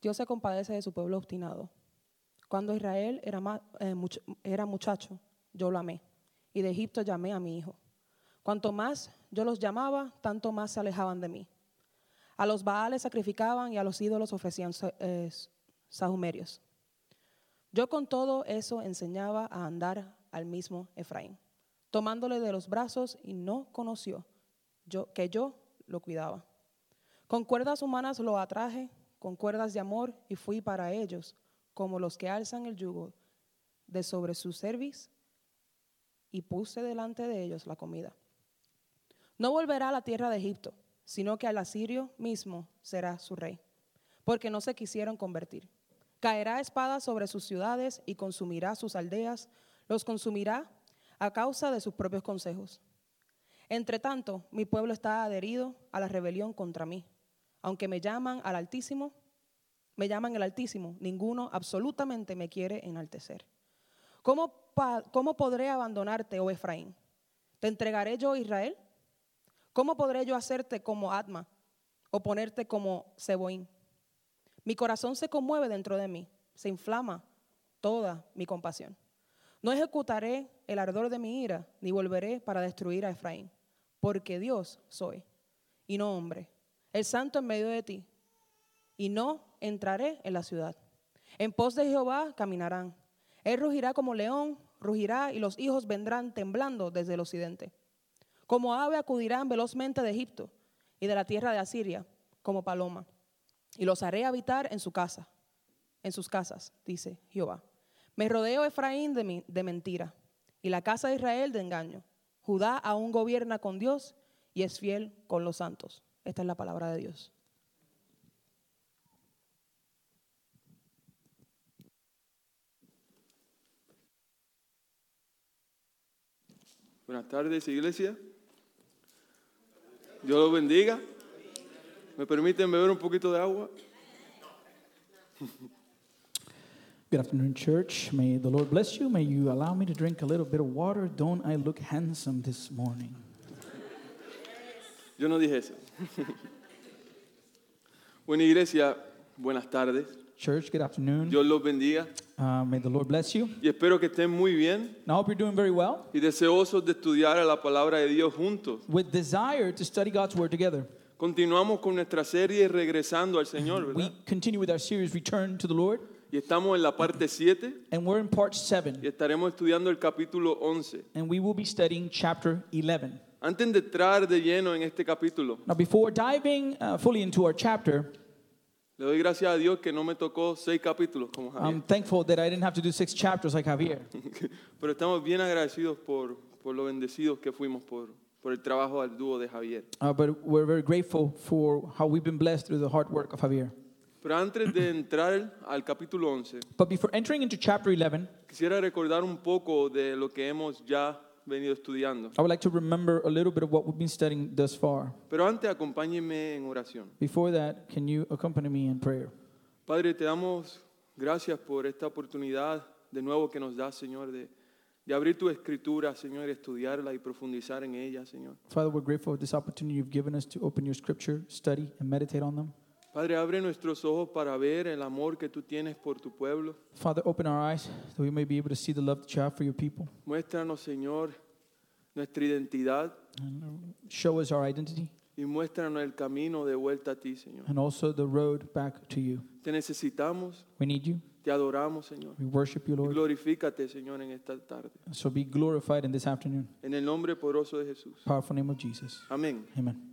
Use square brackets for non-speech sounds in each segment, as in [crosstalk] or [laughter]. Dios se compadece de su pueblo obstinado. Cuando Israel era, ma- eh, much- era muchacho, yo lo amé, y de Egipto llamé a mi hijo. Cuanto más yo los llamaba, tanto más se alejaban de mí. A los Baales sacrificaban y a los ídolos ofrecían sa- eh, sahumerios. Yo con todo eso enseñaba a andar al mismo Efraín, tomándole de los brazos y no conoció yo, que yo lo cuidaba. Con cuerdas humanas lo atraje, con cuerdas de amor, y fui para ellos, como los que alzan el yugo de sobre su cerviz, y puse delante de ellos la comida. No volverá a la tierra de Egipto, sino que al asirio mismo será su rey, porque no se quisieron convertir. Caerá espada sobre sus ciudades y consumirá sus aldeas, los consumirá a causa de sus propios consejos. Entre tanto, mi pueblo está adherido a la rebelión contra mí. Aunque me llaman al Altísimo, me llaman el Altísimo, ninguno absolutamente me quiere enaltecer. ¿Cómo, pa- cómo podré abandonarte, oh Efraín? ¿Te entregaré yo, Israel? ¿Cómo podré yo hacerte como Atma o ponerte como Seboín? Mi corazón se conmueve dentro de mí, se inflama toda mi compasión. No ejecutaré el ardor de mi ira, ni volveré para destruir a Efraín, porque Dios soy, y no hombre, el santo en medio de ti, y no entraré en la ciudad. En pos de Jehová caminarán. Él rugirá como león, rugirá, y los hijos vendrán temblando desde el occidente. Como ave acudirán velozmente de Egipto y de la tierra de Asiria, como paloma. Y los haré habitar en su casa, en sus casas, dice Jehová. Me rodeo Efraín de, mi- de mentira y la casa de Israel de engaño. Judá aún gobierna con Dios y es fiel con los santos. Esta es la palabra de Dios. Buenas tardes, iglesia. Dios los bendiga. ¿Me permiten beber un poquito de agua? Good afternoon, church. May the Lord bless you. May you allow me to drink a little bit of water. Don't I look handsome this morning? Yo no dije eso. [laughs] Bueno, iglesia, buenas tardes. Church, good afternoon. Dios los bendiga Uh, may the Lord bless you. y espero que estén muy bien And I hope you're doing very well y deseosos de estudiar la palabra de Dios juntos. with desire to study God's Word together. Continuamos con nuestra serie regresando al Señor, We ¿verdad? continue with our series, Return to the Lord, Y estamos en la parte 7 and we're in part y 7, estaremos estudiando el capítulo 11. and we will be studying chapter 11. Antes de entrar de lleno en este capítulo, Now, before diving uh, fully into our chapter, le doy gracias a Dios que no me tocó seis capítulos como Javier. I'm thankful that I didn't have to do six chapters like Javier. [laughs] Pero estamos bien agradecidos por, por lo bendecidos que fuimos por, por el trabajo al dúo de Javier. Uh, but we're very grateful for how we've been blessed through the hard work of Javier. Pero antes de entrar al capítulo 11, But before entering into chapter 11, quisiera recordar un poco de lo que hemos ya venido estudiando. I would like to remember a little bit of what we've been studying thus far. Pero antes acompáñenme en oración. Before that, can you accompany me in prayer? Padre, te damos gracias por esta oportunidad de nuevo que nos das, Señor, de, de abrir tu escritura, Señor, estudiarla y profundizar en ella, Señor. Father, we're grateful for this opportunity you've given us to open your scripture, study, and meditate on them. Padre, abre nuestros ojos para ver el amor que tú tienes por tu pueblo. Father, open our eyes that we may be able to see the love that you have for your people. Muéstranos, Señor, nuestra identidad. And show us our identity y muéstranos el camino de vuelta a ti, Señor. and also the road back to you. Te necesitamos, We need you. te adoramos, Señor. We worship you, Y Lord. glorifícate, Señor, en esta tarde. So be glorified in this afternoon. En el nombre poderoso de Jesús. Powerful name of Jesus. Amén. Amen.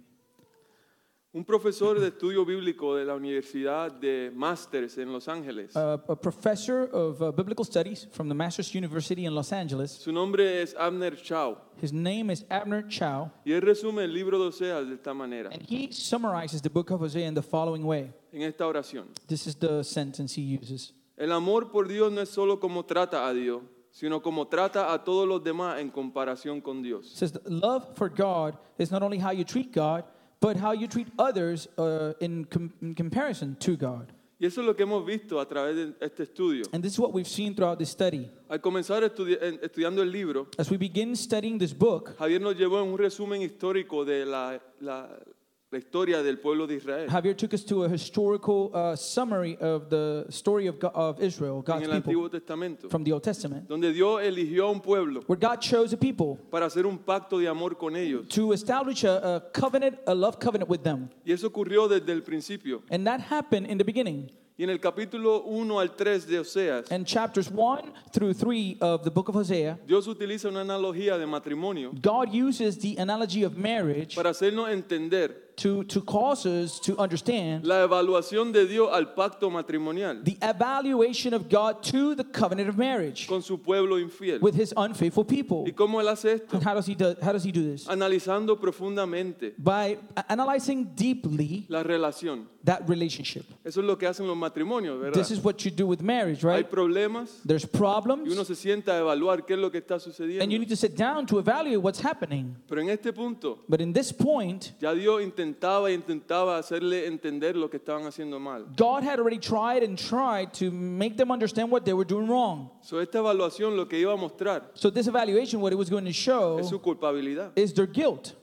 Un profesor de estudio bíblico de la Universidad de Masters en Los Ángeles. Uh, a professor of uh, biblical studies from the Masters University in Los Angeles. Su nombre es Abner Chao. His name is Abner Chow, Y él resume el libro de Oseas de esta manera, and he summarizes the book of Hosea in the following way. en esta oración. This is the sentence he uses El amor por Dios no es solo como trata a Dios, sino como trata a todos los demás en comparación con It Dios. says, that Love for God is not only how you treat God, but how you treat others uh, in, com- in comparison to God. Y eso es lo que hemos visto a través de este estudio. And this is what we've seen throughout this study. Al comenzar estudi- eh, estudiando el libro, As we begin studying this book, Javier nos llevó en un resumen histórico de la, la- la historia del pueblo de Israel. Javier took us to a historical uh, summary of the story of, Go- of Israel, en God's el people, Antiguo Testamento, from the Old Testament, donde Dios eligió a un pueblo where God chose a people para hacer un pacto de amor con ellos. to establish a, a covenant, a love covenant with them. Y eso ocurrió desde el principio. And that happened in the beginning. Y en el capítulo 1 al 3 de Oseas, In chapters 1 through 3 of the book of Hosea, Dios utiliza una analogía de matrimonio God uses the analogy of marriage para hacernos entender to, to cause us to understand la evaluación de Dios al pacto matrimonial the evaluation of God to the covenant of marriage con su pueblo infiel. with his unfaithful people. ¿Y cómo Él hace esto? And how does he do, how does he do this? Analizando profundamente By a- analyzing deeply la relación. that relationship. Eso es lo que hacen los matrimonios, ¿verdad? This is what you do with marriage, Hay right? problemas There's y uno problems, se sienta a evaluar qué es lo que está and you sucediendo. need to sit down to evaluate what's happening. Pero en este punto, But in this point, ya Dios intentaba e intentaba hacerle entender lo que estaban haciendo mal. God had already tried and tried to make them understand what they were doing wrong. So, esta evaluación lo que iba a mostrar So this evaluation, what it was going to es su show culpabilidad. is their guilt.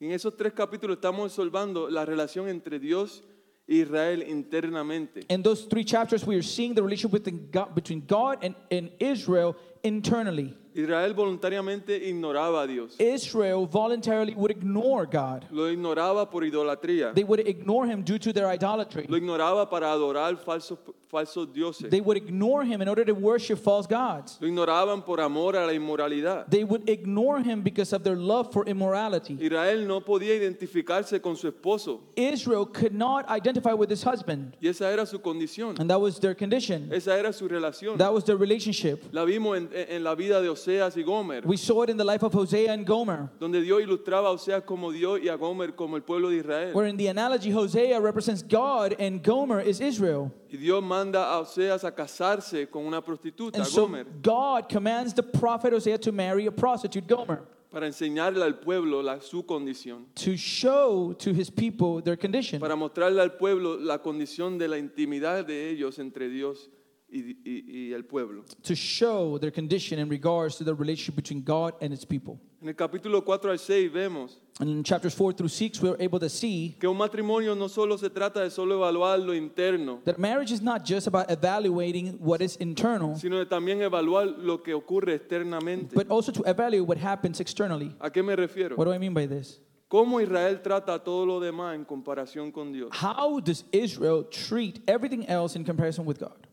Y en esos tres capítulos estamos observando la relación entre Dios e Israel internamente. In those three chapters, we are seeing the relationship within God, between God and, and Israel internally. Israel voluntariamente ignoraba a Dios. Israel voluntarily would ignore God. Lo ignoraba por idolatría. They would ignore him due to their idolatry. Lo ignoraba para adorar falsos, falsos dioses. They would ignore him in order to worship false gods. Lo ignoraban por amor a la inmoralidad. They would ignore him because of their love for immorality. Israel no podía identificarse con su esposo. Israel could not identify with his husband, Y esa era su condición. and that was their condition. Esa era su relación. That was their relationship. La vimos en, en- en la vida de Oseas y Gomer, We saw it in the life of Hosea and Gomer, donde Dios ilustraba a Oseas como Dios y a Gomer como el pueblo de Israel. where in the analogy, Hosea represents God and Gomer is Israel. Y Dios manda a Oseas a casarse con una prostituta, And so Gomer, God commands the prophet Hosea to marry a prostitute, Gomer, para enseñarle al pueblo la- su condición, to show to his people their condition, para mostrarle al pueblo la condición de la intimidad de ellos entre Dios y, y- y el pueblo. to show their condition in regards to the relationship between God and his people. En el capítulo 4 al 6 vemos And in chapters 4 through 6, we're able to see que un matrimonio no solo se trata de solo evaluar lo interno, that marriage is not just about evaluating what is internal, sino de también evaluar lo que ocurre externamente. but also to evaluate what happens externally. ¿A qué me refiero? What do I mean by this? ¿Cómo Israel trata a todo lo demás en comparación con Dios? How does Israel treat everything else in comparison with God?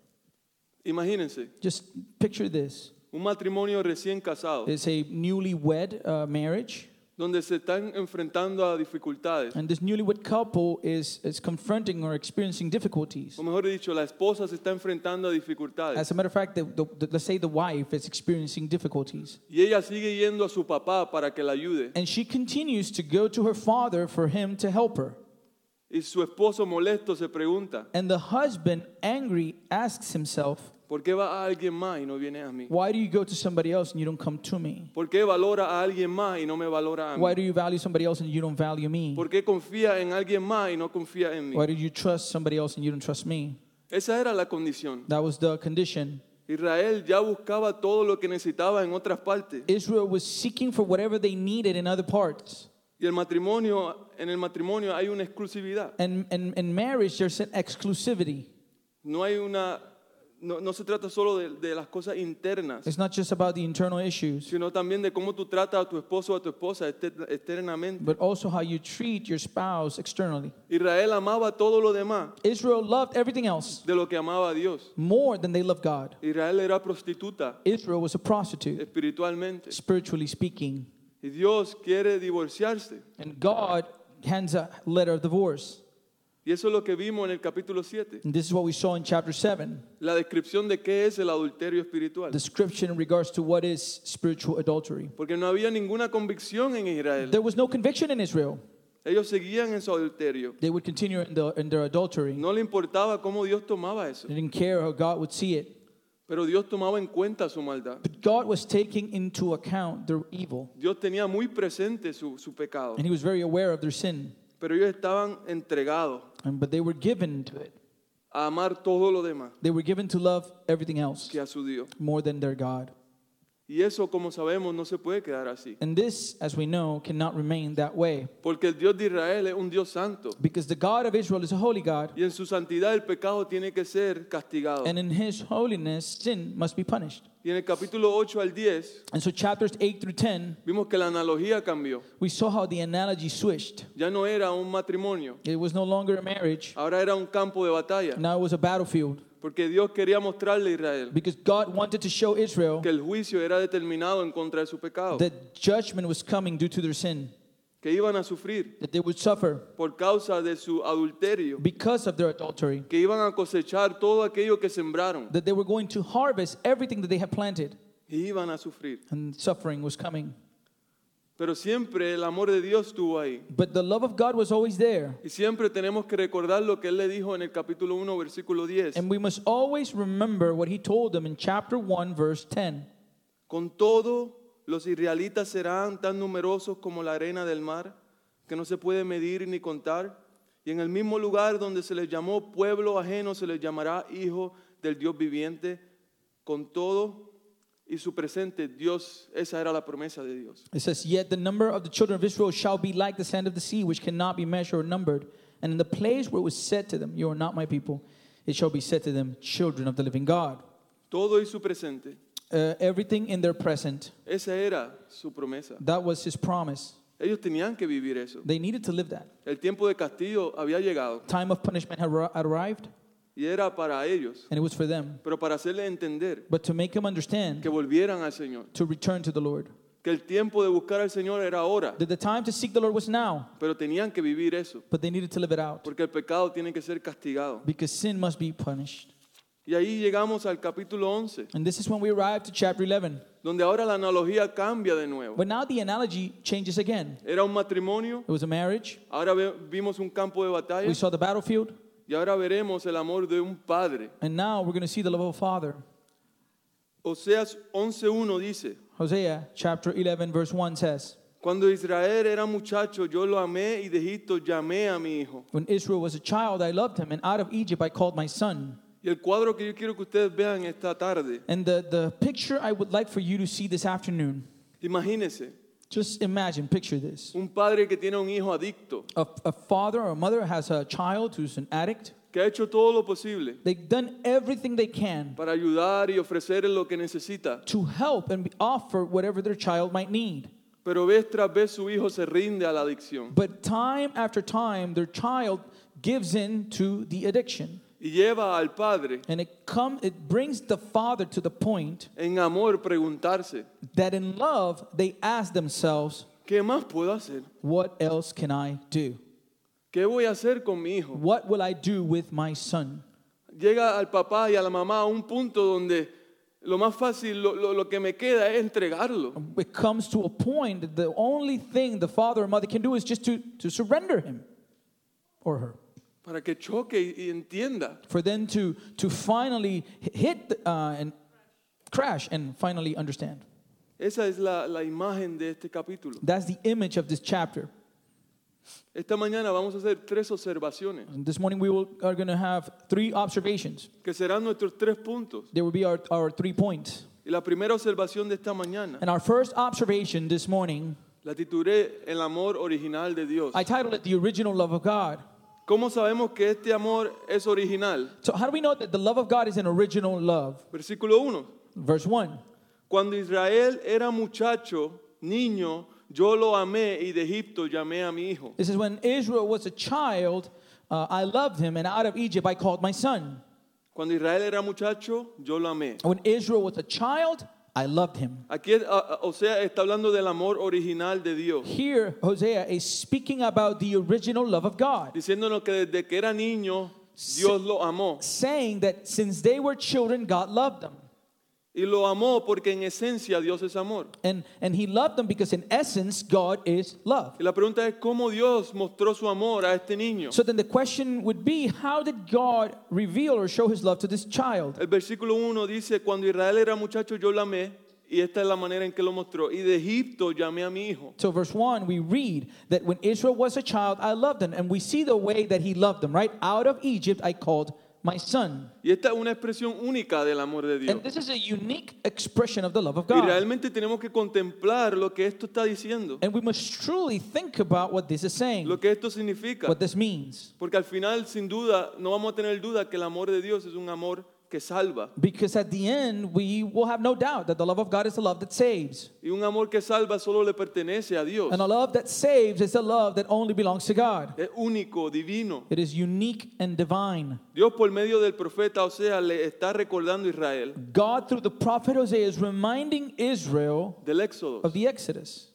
Imagínense, Just picture this un matrimonio recién casado, it's a newlywed uh, marriage, donde se están enfrentando a dificultades, and this newlywed couple is, is confronting or experiencing difficulties. o mejor dicho, la esposa se está enfrentando a dificultades, As a matter of fact, the, the, the- let's say the wife is experiencing difficulties, y ella sigue yendo a su papá para que la ayude, and she continues to go to her father for him to help her. y su esposo molesto se pregunta, And the husband, angry, asks himself, ¿por qué va a alguien más y no viene a mí? Why do you go to somebody else and you don't come to me? ¿Por qué valora a alguien más y no me valora a mí? Why do you value somebody else and you don't value me? ¿Por qué confía en alguien más y no confía en mí? Why do you trust somebody else and you don't trust me? Esa era la condición. That was the condition. Israel ya buscaba todo lo que necesitaba en otras partes. Israel was seeking for whatever they needed in other parts. Y el matrimonio, en el matrimonio hay una exclusividad. And in, in marriage, there's an exclusivity. No hay una, no, no se trata solo de, de las cosas internas, It's not just about the internal issues, sino también de cómo tú tratas a tu esposo o a tu esposa exter- externamente. but also how you treat your spouse externally. Israel amaba todo lo demás Israel loved everything else de lo que amaba a Dios. more than they loved God. Israel era prostituta Israel was a prostitute, espiritualmente. spiritually speaking. Y Dios quiere divorciarse. And God hands a letter of divorce. Y eso es lo que vimos en el capítulo 7, And this is what we saw in chapter 7 la descripción de qué es el adulterio espiritual. description in regards to what is spiritual adultery. Porque no había ninguna convicción en Israel. There was no conviction in Israel. Ellos seguían en su adulterio. They would continue in, the, in their adultery. No le importaba cómo Dios tomaba eso. They didn't care how God would see it. Pero Dios tomaba en cuenta su maldad. But God was taking into account their evil, Dios tenía muy presente su, su pecado. and He was very aware of their sin. Pero ellos estaban entregados And, but they were given to it. a amar todo lo demás They were given to love everything else que a su Dios. more than their God. Y eso, como sabemos, no se puede quedar así. And this, as we know, cannot remain that way Porque el Dios de Israel es un Dios santo. because the God of Israel is a holy God, Y en su santidad el pecado tiene que ser castigado. and in his holiness, sin must be punished. Y en el capítulo 8 al 10 And so, chapters 8 through 10, vimos que la analogía cambió. we saw how the analogy switched. Ya no era un matrimonio, It was no longer a marriage, ahora era un campo de batalla. now it was a battlefield Porque Dios quería mostrarle a Israel because God wanted to show Israel que el juicio era determinado en contra de su pecado, that judgment was coming due to their sin, que iban a sufrir that they would suffer por causa de su adulterio, because of their adultery, que iban a cosechar todo aquello que sembraron that they were going to harvest everything that they had planted, y iban a sufrir. and suffering was coming. Pero siempre el amor de Dios estuvo ahí. But the love of God was always there. Y siempre tenemos que recordar lo que Él le dijo en el capítulo 1, versículo 10. And we must always remember what he told them in chapter 1, verse 10. Con todo, los israelitas serán tan numerosos como la arena del mar, que no se puede medir ni contar. Y en el mismo lugar donde se les llamó pueblo ajeno, se les llamará hijo del Dios viviente. Con todo y su presente, Dios, esa era la promesa de Dios. It says, Yet the number of the children of Israel shall be like the sand of the sea, which cannot be measured or numbered. And in the place where it was said to them, You are not my people, it shall be said to them, Children of the living God. Todo y su presente, Uh, everything in their present, esa era su promesa. that was his promise. Ellos tenían que vivir eso. They needed to live that. El tiempo de castigo había llegado Time of punishment had arri- had arrived, y era para ellos, and it was for them. pero para hacerles entender But to make them understand, que volvieran al Señor, to return to the Lord, que el tiempo de buscar al Señor era ahora. that the time to seek the Lord was now, Pero tenían que vivir eso, but they needed to live it out porque el pecado tiene que ser castigado. because sin must be punished. Y ahí llegamos al capítulo 11, And this is when we arrive to chapter 11. donde ahora la analogía cambia de nuevo. But now the analogy changes again. Era un matrimonio, It was a marriage. ahora ve- vimos un campo de batalla We saw the battlefield. y ahora veremos el amor de un padre. And now we're going to see the love of a father. Oseas 11.1 dice, Hosea chapter 11, verse 1 says, cuando Israel era muchacho, yo lo amé y de Egipto llamé a mi hijo. When Israel was a child, I loved him, and out of Egypt I called my son. Y el cuadro que yo quiero que ustedes vean esta tarde, And the, the picture I would like for you to see this afternoon, imagínense, just imagine, picture this. un padre que tiene un hijo adicto, A, a father or a mother has a child who's an addict. que ha hecho todo lo posible They've done everything they can para ayudar y ofrecerle lo que necesita. to help and offer whatever their child might need. Pero vez tras vez su hijo se rinde a la adicción But time after time, their child gives in to the addiction. y lleva al padre And it, come, it brings the father to the point en amor preguntarse, that in love, they ask themselves, ¿qué más puedo hacer? What else can I do? ¿Qué voy a hacer con mi hijo? What will I do with my son? Llega al papá y a la mamá a un punto donde lo más fácil, lo, lo- lo que me queda es entregarlo. It comes to a point that the only thing the father or mother can do is just to, to surrender him or her. Para que choque y, y entienda For them to, to finally hi- hit the- uh, and crash and finally understand. Esa es la, la imagen de este capítulo. That's the image of this chapter. Esta mañana vamos a hacer tres observaciones, And this morning we will, are going to have three observations. que serán nuestros tres puntos. There will be our, our three points. Y la primera observación de esta mañana And our first observation this morning, la titulé El amor original de Dios. I titled it The Original Love of God. ¿Cómo sabemos que este amor es original? So, how do we know that the love of God is an original love? Versículo 1. Verse 1 Cuando Israel era muchacho, niño, yo lo amé y de Egipto llamé a mi hijo. This is when Israel was a child, uh, I loved him, and out of Egypt I called my son. Cuando Israel era muchacho, yo lo amé. When Israel was a child, I loved him. Aquí, a- a- o sea, está hablando del amor original de Dios, Here, Hosea is speaking about the original love of God, diciéndonos que desde que era niño, Dios lo amó. saying that since they were children, God loved them. Y lo amó porque en esencia Dios es amor. And, and he loved them because, in essence, God is love. Y la pregunta es, ¿cómo Dios mostró su amor a este niño? So then the question would be how did God reveal or show his love to this child? El versículo 1 dice, cuando Israel era muchacho yo lo amé, y esta es la manera en que lo mostró, y de Egipto llamé a mi hijo. So, verse 1, we read that when Israel was a child, I loved them. And we see the way that he loved them, right? Out of Egypt, I called my son. Y esta es una expresión única del amor de Dios. And this is a unique expression of the love of Y God. realmente tenemos que contemplar lo que esto está diciendo, And we must truly think about what this is saying, lo que esto significa. what this means. Porque al final, sin duda, no vamos a tener duda que el amor de Dios es un amor que salva. Because at the end, we will have no doubt that the love of God is the love that saves. Y un amor que salva solo le pertenece a Dios. And a love that saves is a love that only belongs to God. Es único, divino. It is unique and divine. Dios por medio del profeta Osea le está recordando a Israel God, through the prophet Hosea, is reminding Israel del Éxodo. of the Exodus.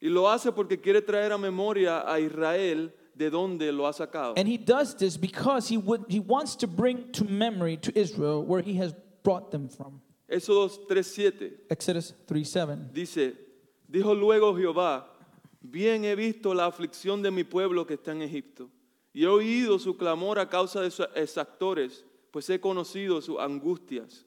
Y lo hace porque quiere traer a memoria a Israel de dónde lo ha sacado. And he does this because he, would, he wants to bring to memory to Israel where he has brought them from. Éxodo 3.7 Exodus 3 7. dice, dijo luego Jehová, bien he visto la aflicción de mi pueblo que está en Egipto, y he oído su clamor a causa de sus exactores, pues he conocido sus angustias.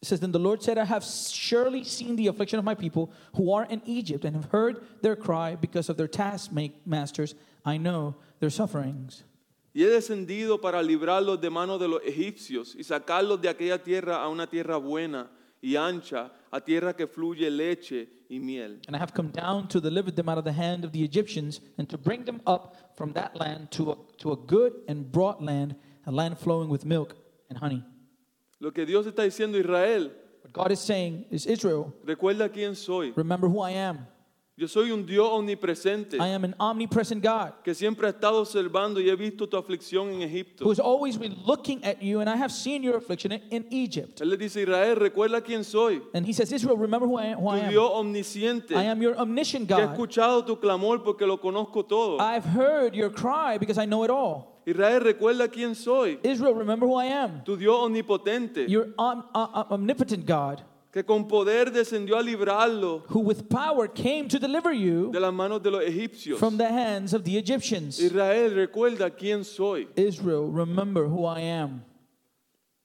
It says, Then the Lord said, I have surely seen the affliction of my people who are in Egypt and have heard their cry because of their taskmasters. I know their sufferings. Y he descendido para librarlos de manos de los egipcios y sacarlos de aquella tierra a una tierra buena y ancha, a tierra que fluye leche y miel. And I have come down to deliver them out of the hand of the Egyptians and to bring them up from that land to a, to a good and broad land, a land flowing with milk and honey. Lo que Dios está diciendo a Israel, What God is saying is, Israel, recuerda quién soy. remember who I am. Yo soy un Dios omnipresente I am an omnipresent God que siempre ha estado observando y he visto tu aflicción en who Egipto. has always been looking at you, and I have seen your affliction in- in Egypt. Él le dice, Israel, recuerda quién soy. And he says, Israel, remember who I am. Who Tu I am. Dios omnisciente. I am your omniscient Que he God. escuchado tu clamor porque lo conozco todo. I've heard your cry because I know it all. Israel, recuerda quién soy. Israel, remember who I am. Tu Dios omnipotente. Your om- uh, uh, omnipotent God, que con poder descendió a librarlo who with power came to deliver you de las manos de los egipcios. from the hands of the Egyptians. Israel, recuerda quién soy. Israel, remember who I am.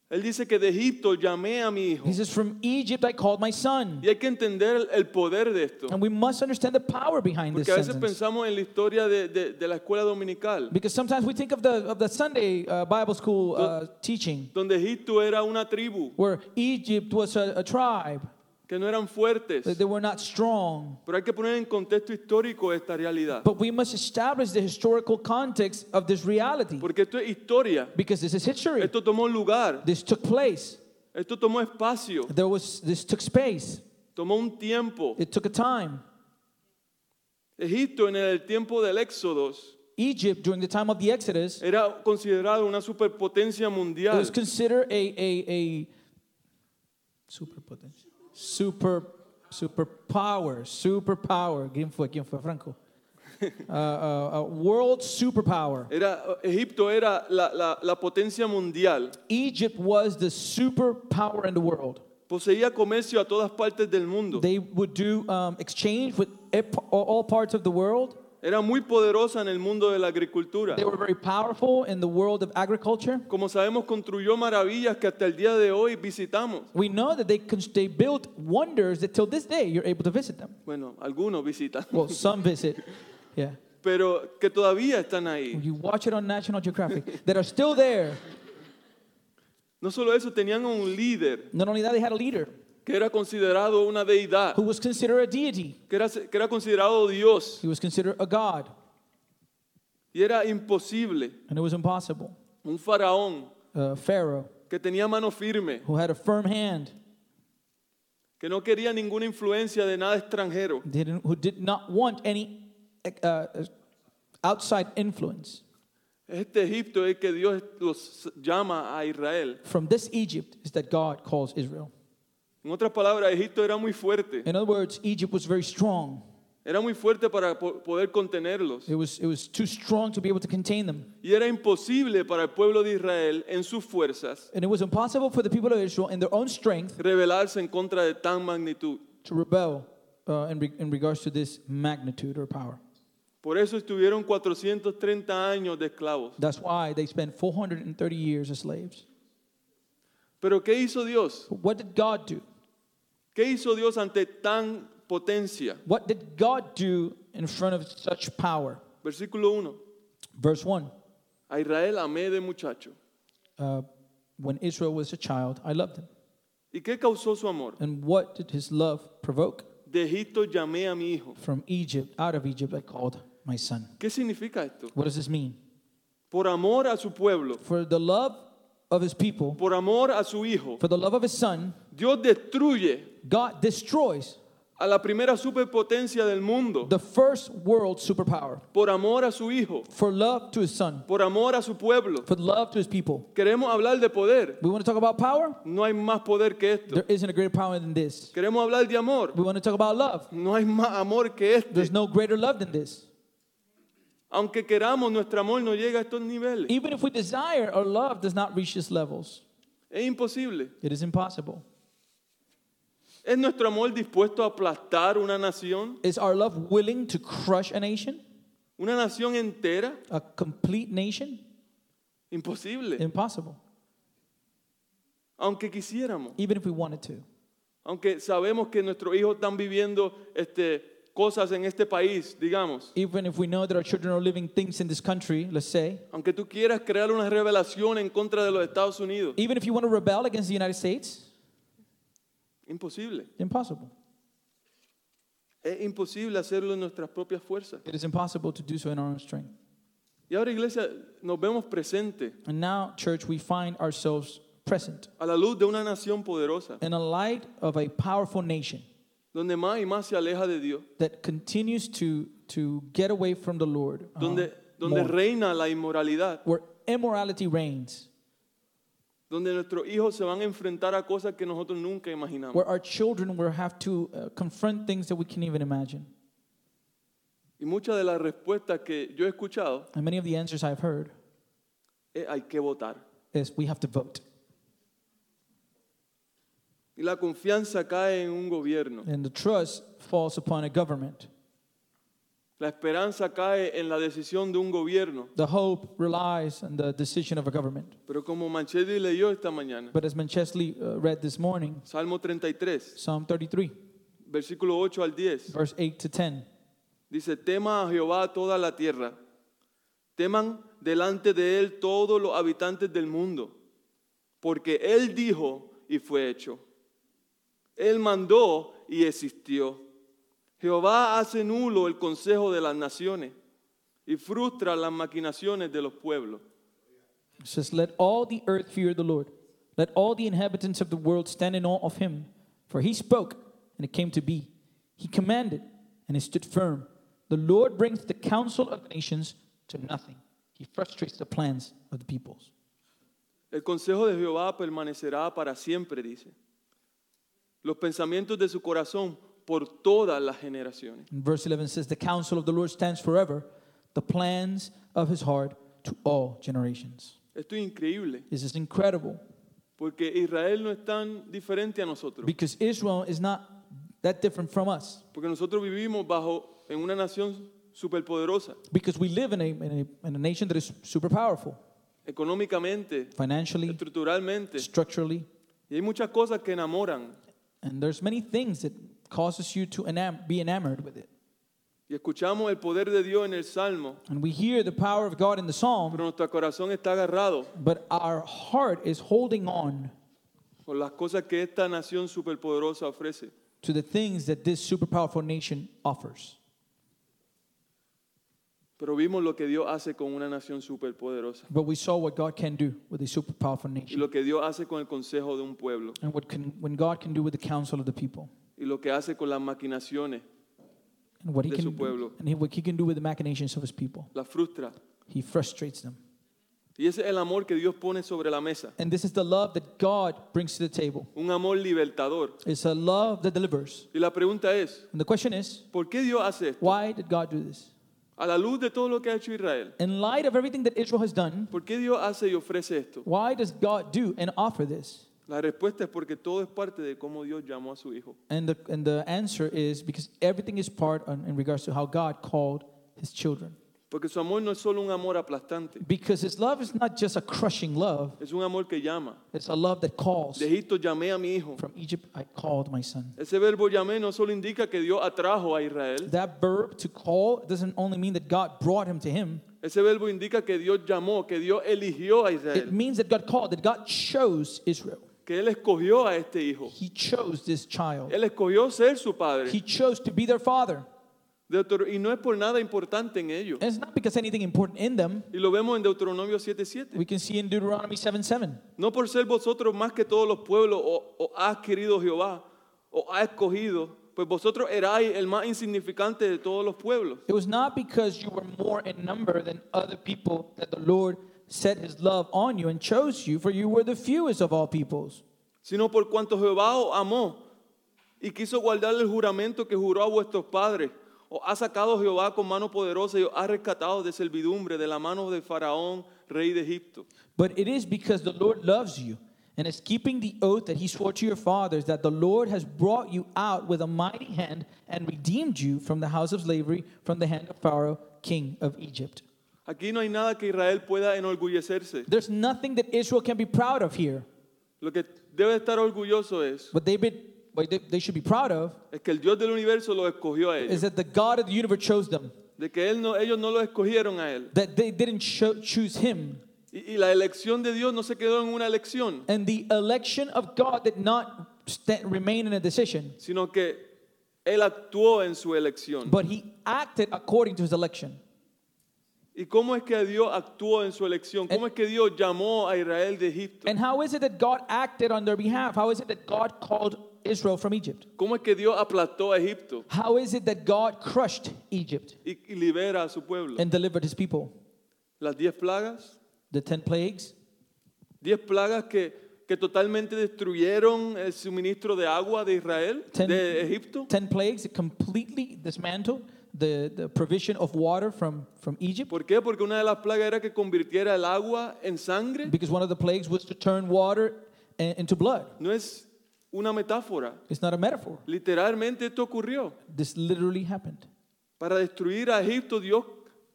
Él dice que de Egipto llamé a mi hijo. He says, From Egypt I called my son. Y hay que entender el poder de esto. And we must understand the power behind this Porque a veces sentence. pensamos en la historia de, de- de la escuela dominical, Because sometimes we think of the, of the Sunday uh, Bible school uh, teaching, donde Egipto era una tribu, where Egypt was a, a tribe, que no eran fuertes. that they were not strong. Pero hay que poner en contexto histórico esta realidad. But we must establish the historical context of this reality Porque esto es historia. because this is history. Esto tomó lugar. This took place. Esto tomó espacio. There was this took space. Tomó un tiempo. It took a time. Egipto en el tiempo del Éxodo Egypt during the time of the Exodus era considerado una superpotencia it mundial. was considered a a a super potential. Super superpower, superpower. ¿Quién fue? ¿Quién fue? Franco. Uh, uh, uh, world superpower. Era, Egipto era la, la- la potencia mundial. Egypt was the superpower in the world. Poseía comercio a todas partes del mundo. They would do um, exchange with ep- all parts of the world. Era muy poderosa en el mundo de la agricultura. They were very powerful in the world of agriculture. Como sabemos, construyó maravillas que hasta el día de hoy visitamos. We know that they, cons- they built wonders that till this day you're able to visit them. Bueno, algunos visitan, Well, some visit, [laughs] yeah. pero que todavía están ahí. You watch it on National Geographic that are still there. No solo eso, tenían un líder Not only that, they had a leader que era considerado una deidad, who was considered a deity. que era, que era considerado Dios, He was considered a god, y era imposible. and it was impossible. Un faraón Uh, Pharaoh, que tenía mano firme, who had a firm hand, que no quería ninguna influencia de nada extranjero. didn't, who did not want any uh, outside influence. Este Egipto es el que Dios los llama a Israel. From this Egypt is that God calls Israel. En otras palabras, Egipto era muy fuerte. In other words, Egypt was very strong. Era muy fuerte para po- poder contenerlos. It was, it was too strong to be able to contain them. Y era imposible para el pueblo de Israel, en sus fuerzas, And it was impossible for the people of Israel, in their own strength, rebelarse en contra de tan magnitud. to rebel uh, in, re- in regards to this magnitude or power. Por eso estuvieron 430 años de esclavos. That's why they spent 430 years as slaves. Pero ¿qué hizo Dios? But what did God do? ¿Qué hizo Dios ante tan potencia? What did God do in front of such power? Versículo 1. Verse 1 A Israel amé de muchacho. uh, when Israel was a child, I loved him. ¿Y qué causó su amor? And what did his love provoke? De Egipto llamé a mi hijo. From Egypt, out of Egypt, I called my son. ¿Qué significa esto? What does this mean? Por amor a su pueblo, For the love of his people, por amor a su hijo, for the love of his son, Dios destruye God destroys a la primera superpotencia del mundo. the first world superpower. Por amor a su hijo, For love to his son, por amor a su pueblo. for love to his people. Queremos hablar de poder. We want to talk about power? No hay más poder que esto. There isn't a greater power than this. Queremos hablar de amor. We want to talk about love. No hay más amor que este. There's no greater love than this. Aunque queramos, nuestro amor no llega a estos niveles. Even if we desire, our love does not reach its levels. Es imposible. It is impossible. ¿Es nuestro amor dispuesto a aplastar una nación? Is our love willing to crush a nation? ¿Una nación entera? A complete nation? Imposible. Impossible. Aunque quisiéramos, Even if we wanted to. aunque sabemos que nuestros hijos están viviendo este, cosas en este país, digamos, Even if we know that our children are living things in this country, let's say. aunque tú quieras crear una revelación en contra de los Estados Unidos, Even if you want to rebel against the United States, imposible. impossible. Es imposible hacerlo en nuestras propias fuerzas. It is impossible to do so in our own strength. Y ahora, iglesia, nos vemos presentes And now, church, we find ourselves present a la luz de una nación poderosa, in a light of a powerful nation donde más y más se aleja de Dios, that continues to, to get away from the Lord, uh, donde, donde more, reina la inmoralidad, where immorality reigns, donde nuestros hijos se van a enfrentar a cosas que nosotros nunca imaginamos. where our children will have to uh, confront things that we can't even imagine. Y muchas de las respuestas que yo he escuchado And many of the answers I've heard es hay que votar. is we have to vote, Y la confianza cae en un gobierno, and the trust falls upon a government. la esperanza cae en la decisión de un gobierno. The hope relies on the decision of a government. Pero como Manchetti leyó esta mañana, But as Manchesley uh, read this morning, Salmo 33, Psalm 33, versículo 8 al 10. verse 8 to 10. Dice, tema a Jehová toda la tierra. Teman delante de él todos los habitantes del mundo. Porque él dijo y fue hecho. Él mandó y existió. Jehová hace nulo el consejo de las naciones y frustra las maquinaciones de los pueblos. It says, Let all the earth fear the Lord. Let all the inhabitants of the world stand in awe of him. For he spoke, and it came to be. He commanded, and it stood firm. The Lord brings the counsel of nations to nothing. He frustrates the plans of the peoples. El consejo de Jehová permanecerá para siempre, dice. Los pensamientos de su corazón por todas las generaciones. And verse 11 says, The counsel of the Lord stands forever, the plans of his heart to all generations. Esto es increíble. This is incredible Porque Israel no es tan diferente a nosotros. because Israel is not that different from us. Porque nosotros vivimos bajo en una nación superpoderosa, Because we live in a, in a, in a nation that is super powerful económicamente, financially, estructuralmente. structurally, Y hay muchas cosas que enamoran. and there's many things that causes you to enam- be enamored with it. Y escuchamos el poder de Dios en el Salmo, And we hear the power of God in the psalm, pero nuestro corazón está agarrado but our heart is holding on con las cosas que esta nación superpoderosa ofrece. to the things that this super powerful nation offers. Pero vimos lo que Dios hace con una nación superpoderosa But we saw what God can do with a super powerful y nation, lo que Dios hace con el consejo de un pueblo and what can, when God can do with the counsel of the people, y lo que hace con las maquinaciones, and what He De su can pueblo. do, and he, what He can do with the machinations of His people. las frustra. He frustrates them, Y ese es el amor que Dios pone sobre la mesa, and this is the love that God brings to the table. un amor libertador. It's a love that delivers. Y la pregunta es, And the question is, ¿por qué Dios hace esto? why did God do this? A la luz de todo lo que ha hecho Israel, In light of everything that Israel has done, ¿por qué Dios hace y ofrece esto? why does God do and offer this? La respuesta es porque todo es parte de cómo Dios llamó a su hijo. And the, and the answer is because everything is part on, in regards to how God called his children. Porque su amor no es solo un amor aplastante, Because his love is not just a crushing love, es un amor que llama. it's a love that calls. De Egipto llamé a mi hijo. From Egypt I called my son. Ese verbo llamé no solo indica que Dios atrajo a Israel, That verb to call doesn't only mean that God brought him to him, ese verbo indica que Dios llamó, que Dios eligió a it Israel, means that God called, that God chose Israel. que Él escogió a este hijo. He chose this child. Él escogió ser su He padre. chose to be their father. Deutero- Y no es por nada importante en ello. And it's not because anything important in them. Y lo vemos en Deuteronomio 7:7. We can see in Deuteronomy 7 7. No por ser vosotros más que todos los pueblos, o, o has querido Jehová, o ha escogido, pues vosotros erais el más insignificante de todos los pueblos. It was not because you were more in number than other people that the Lord set his love on you and chose you, for you were the fewest of all peoples. sino por cuanto Jehová os amó y quiso guardar el juramento que juró a vuestros padres. Os ha sacado Jehová con mano poderosa y os ha rescatado de servidumbre de la mano de Faraón, rey de Egipto. But it is because the Lord loves you and is keeping the oath that he swore to your fathers that the Lord has brought you out with a mighty hand and redeemed you from the house of slavery, from the hand of Pharaoh, king of Egypt. Aquí no hay nada que Israel pueda enorgullecerse. There's nothing that Israel can be proud of here. Lo que debe estar orgulloso es, What they, be, what they, they should be proud of es que el Dios del universo los escogió a is ellos. that the God of the universe chose them, De que él no, ellos no lo escogieron a él. that they didn't cho- choose him. Y, y la elección de Dios no se quedó en una elección, And the election of God did not sta- remain in a decision, sino que él actuó en su elección. but he acted according to his election. ¿Y cómo es que Dios actuó en su elección? ¿Cómo es que Dios llamó a Israel de Egipto? And how is it that God acted on their behalf? How is it that God called Israel from Egypt? ¿Cómo es que Dios aplastó a Egipto How is it that God crushed Egypt y, y libera a su pueblo? and delivered his people? Las diez plagas, The 10 plagues, diez plagas que, que totalmente destruyeron el suministro de agua de Israel, Ten- de Egipto. 10 plagues that completely dismantled the, the provision of water from, from Egypt ¿Por qué? Porque una de las plagas era que convirtiera el agua en sangre. because one of the plagues was to turn water i- into blood. No es una metáfora. It's not a metaphor. Literalmente esto ocurrió. This literally happened. Para destruir a Egipto, Dios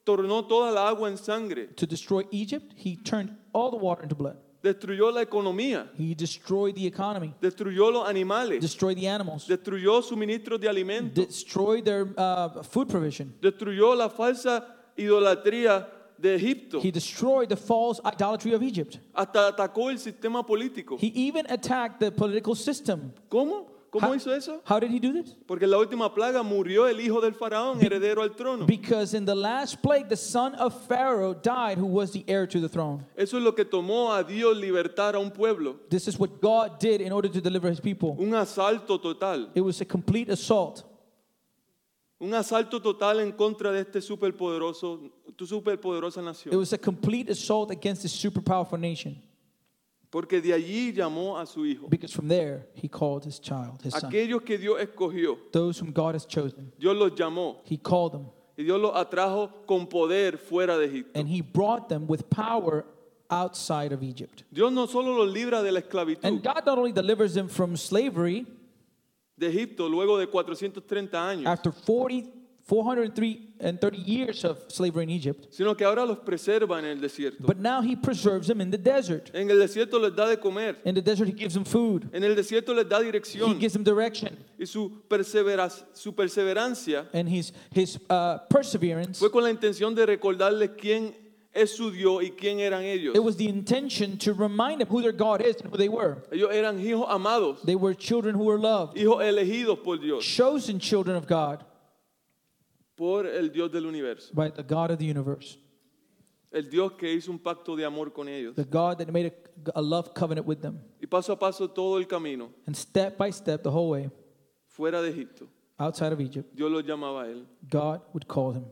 tornó toda la agua en sangre. To destroy Egypt, he turned all the water into blood. Destruyó la economía. He destroyed the economy, Destruyó los animales. destroyed the animals, destruyó suministros de alimentos, destroyed their uh, food provision. destruyó la falsa idolatría de Egipto, He destroyed the false idolatry of Egypt. hasta atacó el sistema político. He even attacked the political system. ¿Cómo? ¿Cómo Ha- hizo eso? How did he do this? Porque en la última plaga murió el hijo del faraón, heredero al trono. Because in the last plague, the son of Pharaoh died, who was the heir to the throne. Eso es lo que tomó a Dios libertar a un pueblo, This is what God did in order to deliver his people. un asalto total, It was a complete assault, un asalto total en contra de este superpoderoso, tu superpoderosa it nación. was a complete assault against this super powerful nation. Porque de allí llamó a su hijo, Because from there, he called his child, his son. aquellos que Dios escogió, Those whom God has chosen, Dios los llamó he called them, y Dios los atrajo con poder fuera de Egipto. and he brought them with power outside of Egypt. Dios no solo los libra de la esclavitud And God not only delivers them from slavery, de Egipto luego de 430 años, after 40, 403 and 30 years of slavery in Egypt, sino que ahora los preserva en el desierto. but now he preserves them in the desert. En el desierto les da de comer, In the desert, he gives them food, en el desierto les da he dirección gives them direction, y su, perseveras- su perseverancia and his, his uh, perseverance. fue con la intención de recordarles quién es su Dios y quién eran ellos. It was the intention to remind them who their God is and who they were. Ellos eran hijos amados, They were children who were loved, hijos elegidos por Dios, chosen children of God por el Dios del universo, by the God of the universe, el Dios que hizo un pacto de amor con ellos. the God that made a, a love covenant with them. Y paso a paso todo el camino And step by step, the whole way, fuera de Egipto, outside of Egypt, Dios los llamaba a él God would call him.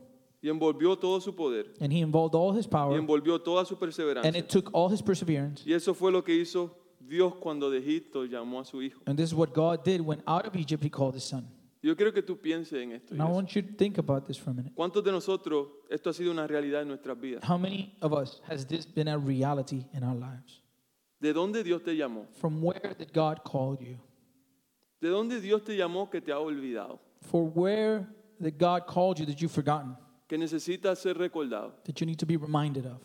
y envolvió todo su poder. And he involved all his y power envolvió toda su And perseverancia. it took all his perseverance. Y eso fue lo que hizo Dios cuando de Egipto llamó a su hijo. And this is what God did when out of Egypt he called his son. Yo quiero que tú pienses en esto. And I Jesús. want you to think about this for a minute. ¿Cuántos de nosotros esto ha sido una realidad en nuestras vidas? How many of us has this been a reality in our lives? ¿De dónde Dios te llamó? From where did God call you? ¿De dónde Dios te llamó que te ha olvidado? For where that God called you that you've forgotten? que necesita ser recordado. that you need to be reminded of.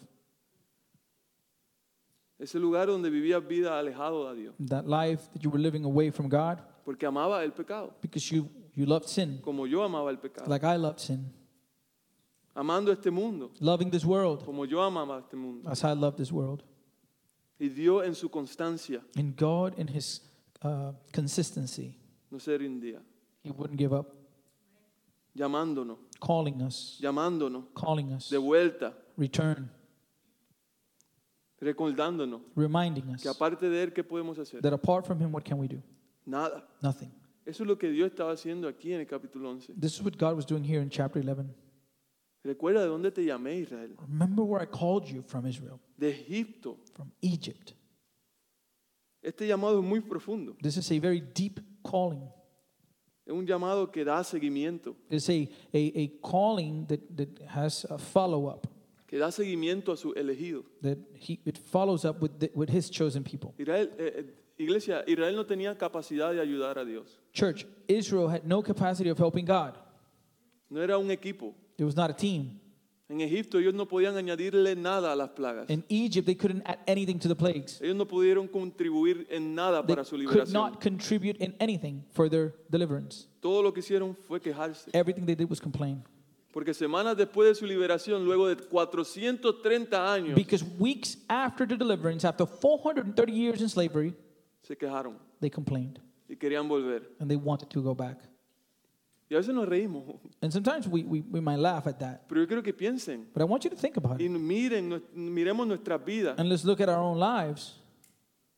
Ese lugar donde vivías vida alejado de Dios, That life that you were living away from God porque amaba el pecado, because you, you loved sin, como yo amaba el pecado, like I loved sin. amando este mundo, Loving this world como yo amaba este mundo. as I love this world. Y Dios en su constancia And God, in His uh, consistency, no se rindía, He wouldn't give up, llamándonos, calling us, llamándonos, calling us, de vuelta, return, recordándonos reminding us que aparte de Él, ¿qué podemos hacer? that apart from Him, what can we do? Nada. Nothing. Eso es lo que Dios estaba haciendo aquí en el capítulo 11. This is what God was doing here in chapter 11. Recuerda de dónde te llamé, Israel. Remember where I called you from Israel, De Egipto. from Egypt. Este llamado es muy profundo. This is a very deep calling. Es un llamado que da seguimiento, It's a, a, a calling that, that has a follow up, que da seguimiento a su elegido. that he, it follows up with, the, with His chosen people. Israel, eh, eh, iglesia, Israel no tenía capacidad de ayudar a Dios. Church, Israel had no capacity of helping God, No era un equipo. it was not a team. En Egipto ellos no podían añadirle nada a las plagas. In Egypt, they couldn't add anything to the plagues. Ellos no pudieron contribuir en nada They para su could liberación. not contribute in anything for their deliverance. Todo lo que hicieron fue quejarse. Everything they did was complain. Porque semanas después de su liberación, luego de 430 años, Because weeks after the deliverance, after 430 years in slavery, se quejaron they complained y querían volver. and they wanted to go back. Y a veces nos reímos, [laughs] And sometimes we, we, we might laugh at that, pero yo creo que piensen but I want you to think about y it. miren, nues- miremos nuestras vidas. And let's look at our own lives.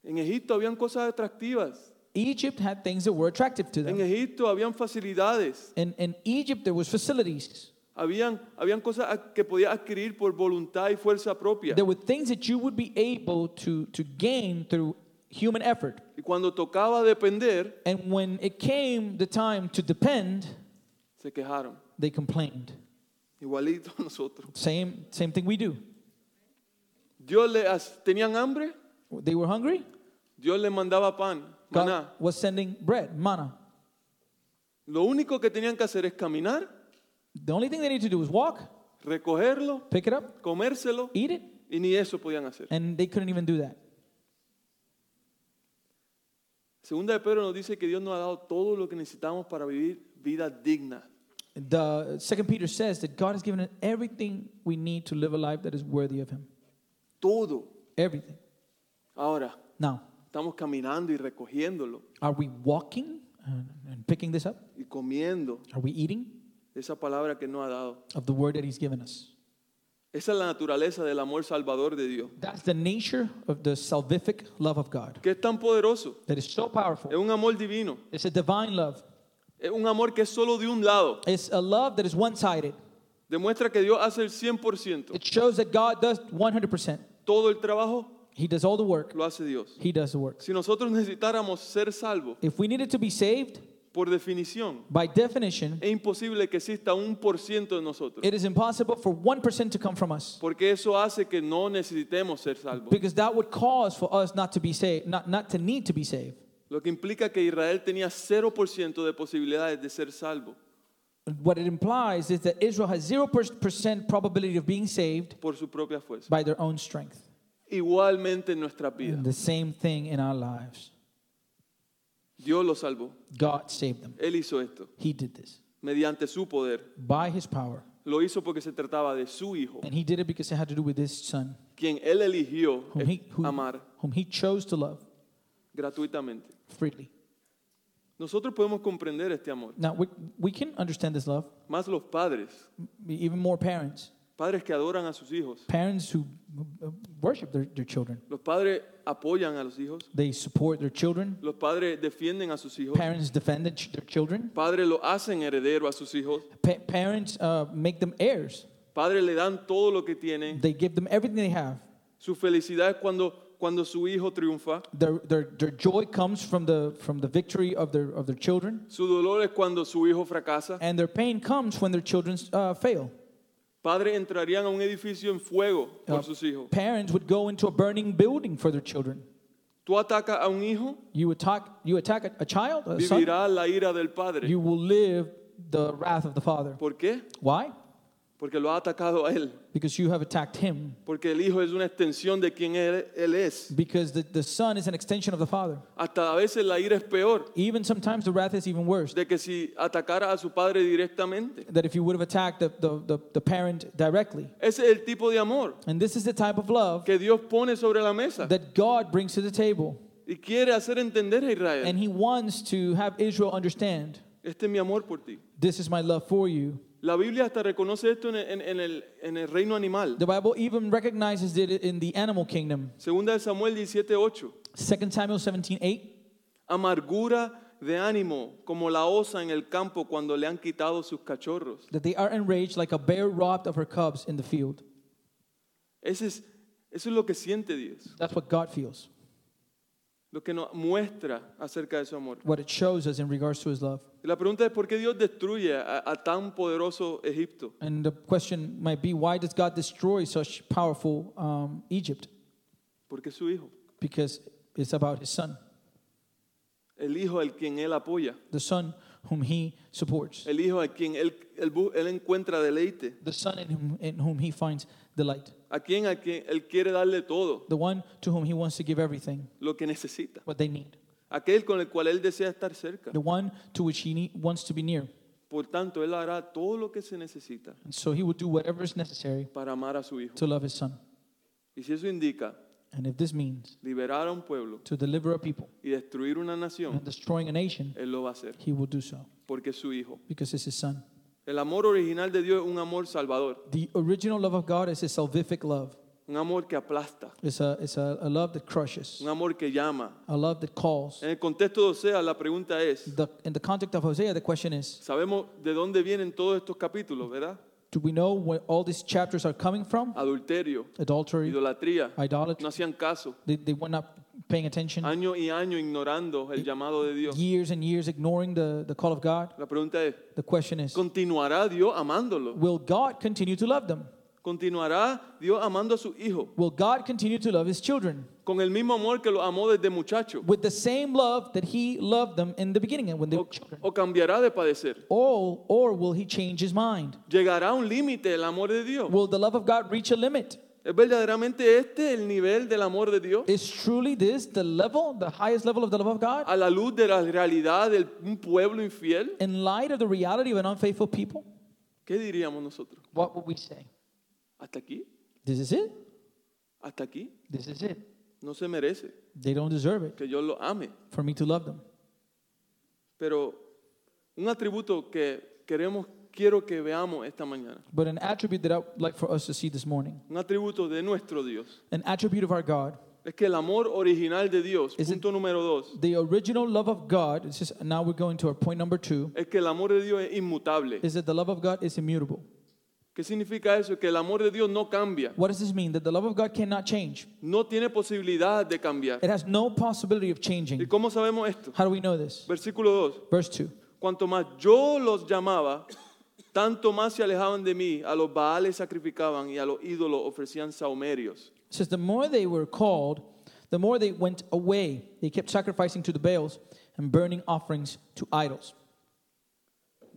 En Egipto habían cosas atractivas. Egypt had things that were attractive to En them. Egipto habían facilidades. In, in Egypt, there was facilities. Habían, habían cosas a- que podías adquirir por voluntad y fuerza propia. There were things that you would be able to, to gain through human effort. Y cuando tocaba depender, And when it came the time to depend, se quejaron. they complained. Igualito [laughs] a nosotros. Same, same thing we do. Dios le as- tenían hambre, They were hungry. Dios les mandaba pan, God maná. was sending bread, manna. Lo único que tenían que hacer es caminar, The only thing they need to do was walk, recogerlo, pick it up, comérselo eat it, y ni eso podían hacer. and they couldn't even do that. Segunda de Pedro nos dice que Dios nos ha dado todo lo que necesitamos para vivir vida digna. The Second Peter says that God has given us everything we need to live a life that is worthy of Him. Todo. Everything. Ahora, Now, estamos caminando y recogiéndolo are we walking and, and picking this up? y comiendo Are we eating de esa palabra que nos ha dado. of the word that He's given us? Esa es la naturaleza del amor salvador de Dios, That's the nature of the salvific love of God que es tan poderoso. that is so Es powerful. un amor divino. It's a divine love. Es un amor que es solo de un lado. It's a love that is one sided. Demuestra que Dios hace el 100%. It shows that God does 100%. Todo el trabajo He does all the work, lo hace Dios. He does the work. Si nosotros necesitáramos ser salvos, If we needed to be saved, por definición, by definition, es imposible que exista un por ciento de nosotros. it is impossible for 1% to come from us Porque eso hace que no necesitemos ser salvos. because that would cause for us not to be saved, not, not to need to be saved. Lo que implica que Israel tenía 0% de posibilidades de ser salvo What it implies is that Israel has 0% probability of being saved por su propia fuerza. by their own strength. Igualmente en nuestra vida, The same thing in our lives. Dios lo salvó. God saved them. Él hizo esto He did this mediante su poder. by his power. Lo hizo porque se trataba de su hijo, And he did it because it had to do with his son, quien él eligió whom he, who- amar whom he chose to love gratuitamente. freely. Nosotros podemos comprender este amor, Now, we, we can understand this love, más los padres, even more parents. padres que adoran a sus hijos. Parents who uh, worship their, their children, Los padres apoyan a los hijos, they support their children. los padres defienden a sus hijos, Parents defend their ch- their children. padres lo hacen heredero a sus hijos. Pa- parents uh, make them heirs. Padres le dan todo lo que tienen. They give them everything they have. Su felicidad es cuando, cuando su hijo triunfa. Their, their, their joy comes from the, from the victory of their, of their children, Su dolor es cuando su hijo fracasa. and their pain comes when their children uh, fail. Padres entrarían a un edificio en fuego por Uh, sus hijos. Parents would go into a burning building for their children. Tú atacas a un hijo, You attack, you attack a, a child, a son, vivirá la ira del padre. you will live the wrath of the father. ¿Por qué? Why? porque lo ha atacado a él, because you have attacked him. porque el Hijo es una extensión de quien él, él es. Because the, the Son is an extension of the Father. Hasta a veces la ira es peor Even sometimes the wrath is even worse. de que si atacara a su Padre directamente. That if you would have attacked the, the, the, the parent directly. Ese es el tipo de amor And this is the type of love que Dios pone sobre la mesa that God brings to the table. y quiere hacer entender a Israel. And he wants to have Israel understand Este es mi amor por ti. this is my love for you. La Biblia hasta reconoce esto en, en- en el, en el reino animal. The Bible even recognizes it in the animal kingdom. Segunda de Samuel 17:8. 2 Samuel 17 8. Amargura de ánimo como la osa en el campo cuando le han quitado sus cachorros. That they are enraged like a bear robbed of her cubs in the field. Ese es, eso es lo que siente Dios, That's what God feels, lo que nos muestra acerca de su amor. what it shows us in regards to his love. Y la pregunta es por qué Dios destruye a, a tan poderoso Egipto. And the question might be why does God destroy such powerful um, Egypt? Porque es su hijo, Because it's about his son, el hijo al quien él apoya, the son whom he supports, el hijo al quien él, él bu- él encuentra deleite, the son in whom, in whom he finds delight, a quien, a quien él quiere darle todo the one to whom he wants to give everything lo que necesita, what they need, aquel con el cual él desea estar cerca. the one to which he need, wants to be near. Por tanto, él hará todo lo que se necesita And so he will do whatever is necessary para amar a su hijo. to love his son. Y si eso indica And if this means liberar a un pueblo to deliver a people y destruir una and nación, destroying a nation, él lo va a hacer, he will do so porque es su hijo. because it's his son. El amor original de Dios es un amor salvador, The original love of God is a salvific love. un amor que aplasta, It's a, it's a, a love that crushes, un amor que llama. a love that calls. En el contexto de Osea, la pregunta es, The, in the context of Hosea, the question is sabemos de dónde vienen todos estos capítulos, ¿verdad? do we know where all these chapters are coming from? Adulterio, Adultery, idolatría, no idolatry. hacían caso, They, they were not paying attention, año y año ignorando el llamado de Dios. years and years ignoring the, the call of God. La pregunta es, The question is ¿continuará Dios amándolo? will God continue to love them? ¿Continuará Dios amando a su hijo Will God continue to love his children con el mismo amor que lo amó desde muchacho? with the same love that he loved them in the beginning and when they were ¿O, children? o cambiará de padecer? Or, or will he change his mind? ¿Llegará a un límite el amor de Dios? Will the love of God reach a limit? ¿Es verdaderamente este el nivel del amor de Dios? Is truly this the level, the highest level of the love of God? a la luz de la realidad de un pueblo infiel, In light of the reality of an unfaithful people, ¿qué diríamos nosotros? what would we say? ¿Hasta aquí? This is it. ¿Hasta aquí? This is it. No se merece They don't deserve it que yo lo ame. for me to love them. Pero un atributo que queremos, quiero que veamos esta mañana, But an attribute that I would like for us to see this morning, un atributo de nuestro Dios, an attribute of our God, es que el amor original de Dios, Is it- punto número dos, the original love of God, this is, now we're going to our point number two, es que el amor de Dios es inmutable. is that the love of God is immutable. ¿Qué significa eso? Que el amor de Dios no cambia, What does this mean? That the love of God cannot change. no tiene posibilidad de cambiar. It has no possibility of ¿Y changing. cómo sabemos esto? How do we know this? Versículo 2. Verse 2. Cuanto más yo los llamaba, tanto más se alejaban de mí. A los baales sacrificaban y a los ídolos ofrecían saumerios. It says, The more they were called, the more they went away. They kept sacrificing to the Baals and burning offerings to idols.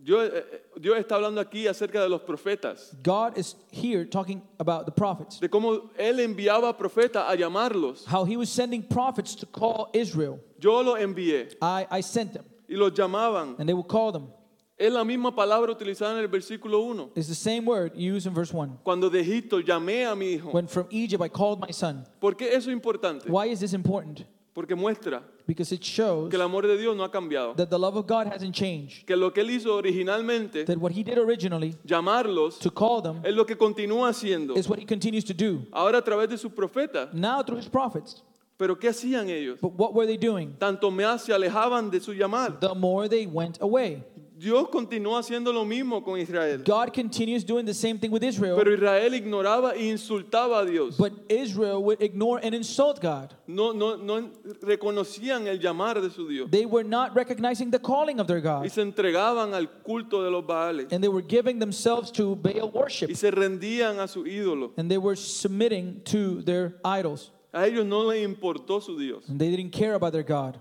Dios, eh, eh, Dios está hablando aquí acerca de los profetas, God is here talking about the prophets, de cómo Él enviaba profetas a llamarlos. how he was sending prophets to call Israel. Yo los envié I, I sent them, y los llamaban. and they will call them. Es la misma palabra utilizada en el versículo 1. It's the same word used in verse 1. Cuando de Egipto llamé a mi hijo. When from Egypt I called my son. ¿Por qué eso es importante? Why is this important? Porque muestra Because it shows que el amor de Dios no ha cambiado. that the love of God hasn't changed. Que lo que Él hizo originalmente, That what he did originally llamarlos, to call them es lo que continúa haciendo. is what he continues to do. ahora a través de sus profetas. Now through his prophets. Pero ¿qué hacían ellos? But what were they doing? Tanto más se alejaban de su llamar. the more they went away. Dios continuó haciendo lo mismo con Israel. God continues doing the same thing with Israel, Pero Israel ignoraba e insultaba a Dios. but Israel would ignore and insult God. No, no, no reconocían el llamar de su Dios. They were not recognizing the calling of their Y God, se entregaban al culto de los Baales. and they were giving themselves to Baal worship, Y se rendían a su ídolo. and they were submitting to their idols. A ellos no les importó su Dios. And they didn't care about their God,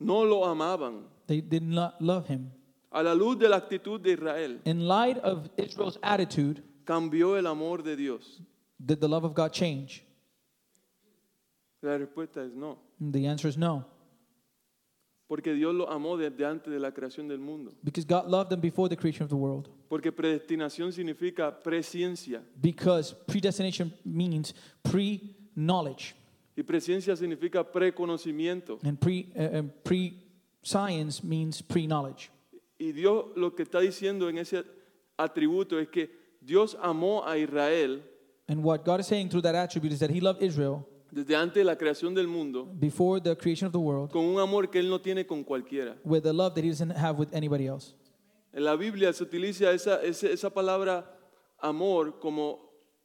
No lo amaban. they did not love Him. A la luz de la actitud de Israel, In light of Israel's attitude, cambió el amor de Dios? Did the love of God change? La respuesta es no, And the answer is no, porque Dios lo amó desde antes de la creación del mundo. because God loved them before the creation of the world. Porque predestinación significa presciencia Because predestination means pre knowledge, y presciencia significa preconocimiento. and pre science means pre knowledge. Y Dios lo que está diciendo en ese atributo es que Dios amó a Israel And what God is saying through that attribute is that He loved Israel desde antes de la creación del mundo before the creation of the world con un amor que Él no tiene con cualquiera. with a love that He doesn't have with anybody else. En la Biblia se utiliza esa, ese- esa palabra amor como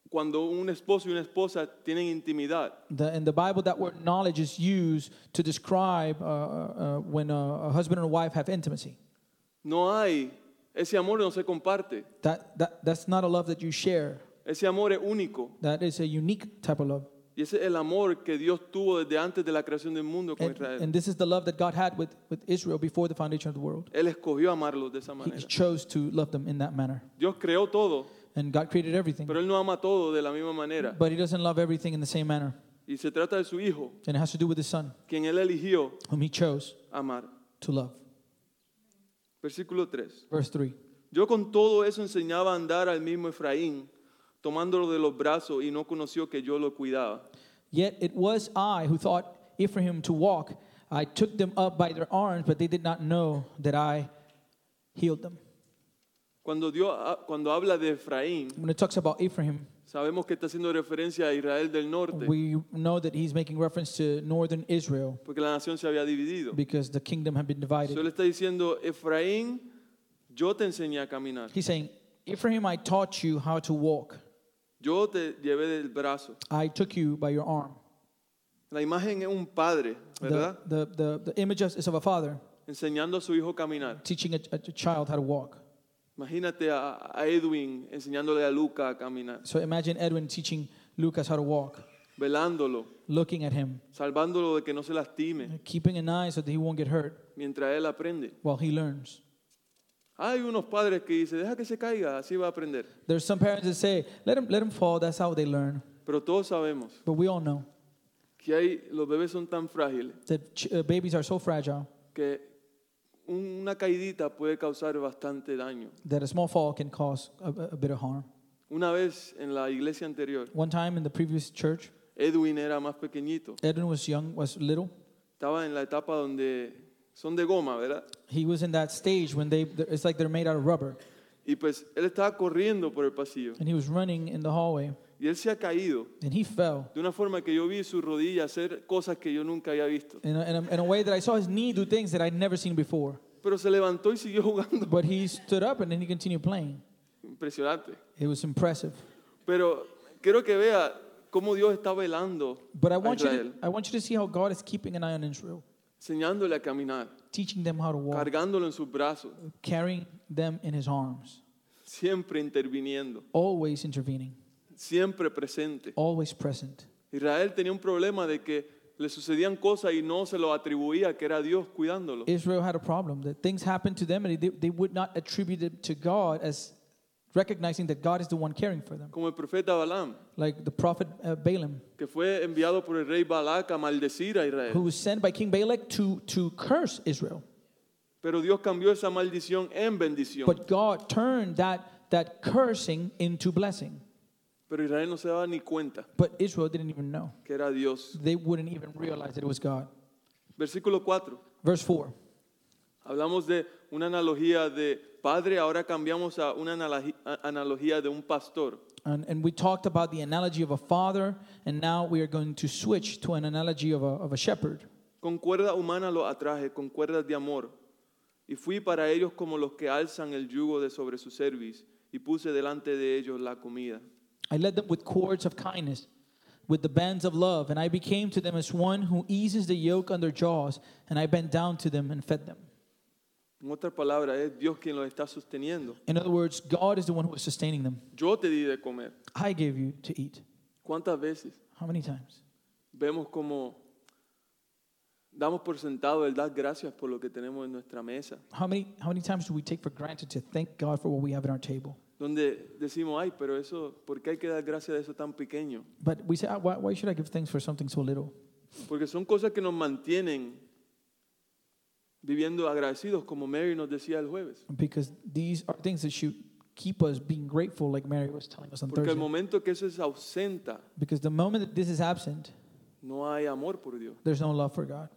cuando un esposo y una esposa tienen intimidad. The, in the Bible, that word knowledge is used to describe uh, uh, when a, a husband and a wife have intimacy. No hay, ese amor no se comparte, That, that, that's not a love that you share, ese amor es único. that is a unique type of love. Y ese es el amor que Dios tuvo desde antes de la creación del mundo con And, Israel. and this is the love that God had with, with Israel before the foundation of the world. Él escogió amarlos de esa He- He manera. chose to love them in that manner. Dios creó todo, And God created everything, pero Él no ama todo de la misma manera. but He doesn't love everything in the same manner. Y se trata de su Hijo, And it has to do with His Son, quien Él eligió whom He chose amar. to love. Versículo 3. Verse 3 Yo con todo eso enseñaba a andar al mismo Efraín, tomándolo de los brazos y no conoció que yo lo cuidaba. Yet it was I who taught Ephraim to walk. I took them up by their arms, but they did not know that I healed them. Cuando, Dios, ha- cuando habla de Efraín, When it talks about Ephraim, sabemos que está haciendo referencia a Israel del norte, we know that he's making reference to northern Israel porque la nación se había dividido. because the kingdom had been Solo divided. está diciendo, Efraín, yo te enseñé a caminar, He's saying, Ephraim, I taught you how to walk. yo te llevé del brazo. I took you by your arm. La imagen es un padre, The, ¿verdad? the, the, the image is is of a father Enseñando a su hijo a caminar. teaching a, a child how to walk. Imagínate a, a Edwin enseñándole a Luca a caminar, So imagine Edwin teaching Lucas how to walk, velándolo, looking at him, salvándolo de que no se lastime keeping an eye so that he won't get hurt mientras él aprende. while he learns. Hay unos padres que dicen, deja que se caiga, así va a aprender. There's some parents that say, let him, let him fall, that's how they learn. Pero todos sabemos But we all know que hay, los bebés son tan frágiles that ch- uh, babies are so fragile que un- una caidita puede causar bastante daño. that a small fall can cause a, a- a bit of harm. Una vez en la iglesia anterior, One time in the previous church, Edwin era más pequeñito, Edwin was young, was little. estaba en la etapa donde son de goma, ¿verdad? He was in that stage when they, it's like they're made out of rubber. Y pues él estaba corriendo por el pasillo And he was running in the hallway y él se ha caído and he fell de una forma que yo vi su rodilla hacer cosas que yo nunca había visto. in a, in a, in a way that I saw his knee do things that I'd never seen before. Pero se levantó y siguió [laughs] jugando. But he stood up and then he continued playing. Impresionante. It was impressive. Pero quiero que vea cómo Dios está velando But I a want, you to, Israel, I want you to see how God is keeping an eye on Israel, enseñándole a caminar, teaching them how to walk, cargándolo en sus brazos, carrying them in his arms, siempre interviniendo, always intervening, siempre presente. always present. Israel tenía un problema de que le sucedían cosas y no se lo atribuía que era Dios cuidándolo. Israel had a problem that things happened to them and they, they would not attribute it to God as recognizing that God is the one caring for them. Como el profeta Balaam, Like the prophet uh, Balaam, que fue enviado por el rey Balac a maldecir a who Israel. was sent by King Balak to, to curse Israel. Pero Dios cambió esa maldición en bendición. But God turned that, that cursing into blessing. Pero Israel no se daba ni cuenta But Israel didn't even know. que era Dios. They wouldn't even realize that it was God. Versículo 4. Verse 4. Hablamos de una analogía de padre, ahora cambiamos a una analogi- a- analogía de un pastor. And, and we talked about the analogy of a father, and now we are going to switch to an analogy of a, of a shepherd. Con cuerda humana los atraje, con cuerdas de amor. Y fui para ellos como los que alzan el yugo de sobre su cerviz, y puse delante de ellos la comida. I led them with cords of kindness, with the bands of love, and I became to them as one who eases the yoke on their jaws, and I bent down to them and fed them. En otras palabras, es Dios quien los está sosteniendo. In other words, God is the one who is sustaining them. Yo te di de comer. I gave you to eat. ¿Cuántas veces How many times? vemos como damos por sentado el dar gracias por lo que tenemos en nuestra mesa? How many, how many times do we take for granted to thank God for what we have at our table? donde decimos, ay, pero eso, ¿por qué hay que dar gracias de eso tan pequeño? But we say, "Ah, why, why should I give thanks for something so little? Porque son cosas que nos mantienen viviendo agradecidos, como Mary nos decía el jueves. Because these are things that should keep us being grateful, like Mary was telling us on Porque al Thursday. momento que eso es ausenta, Because the moment that this is absent, no hay amor por Dios. there's no love for God.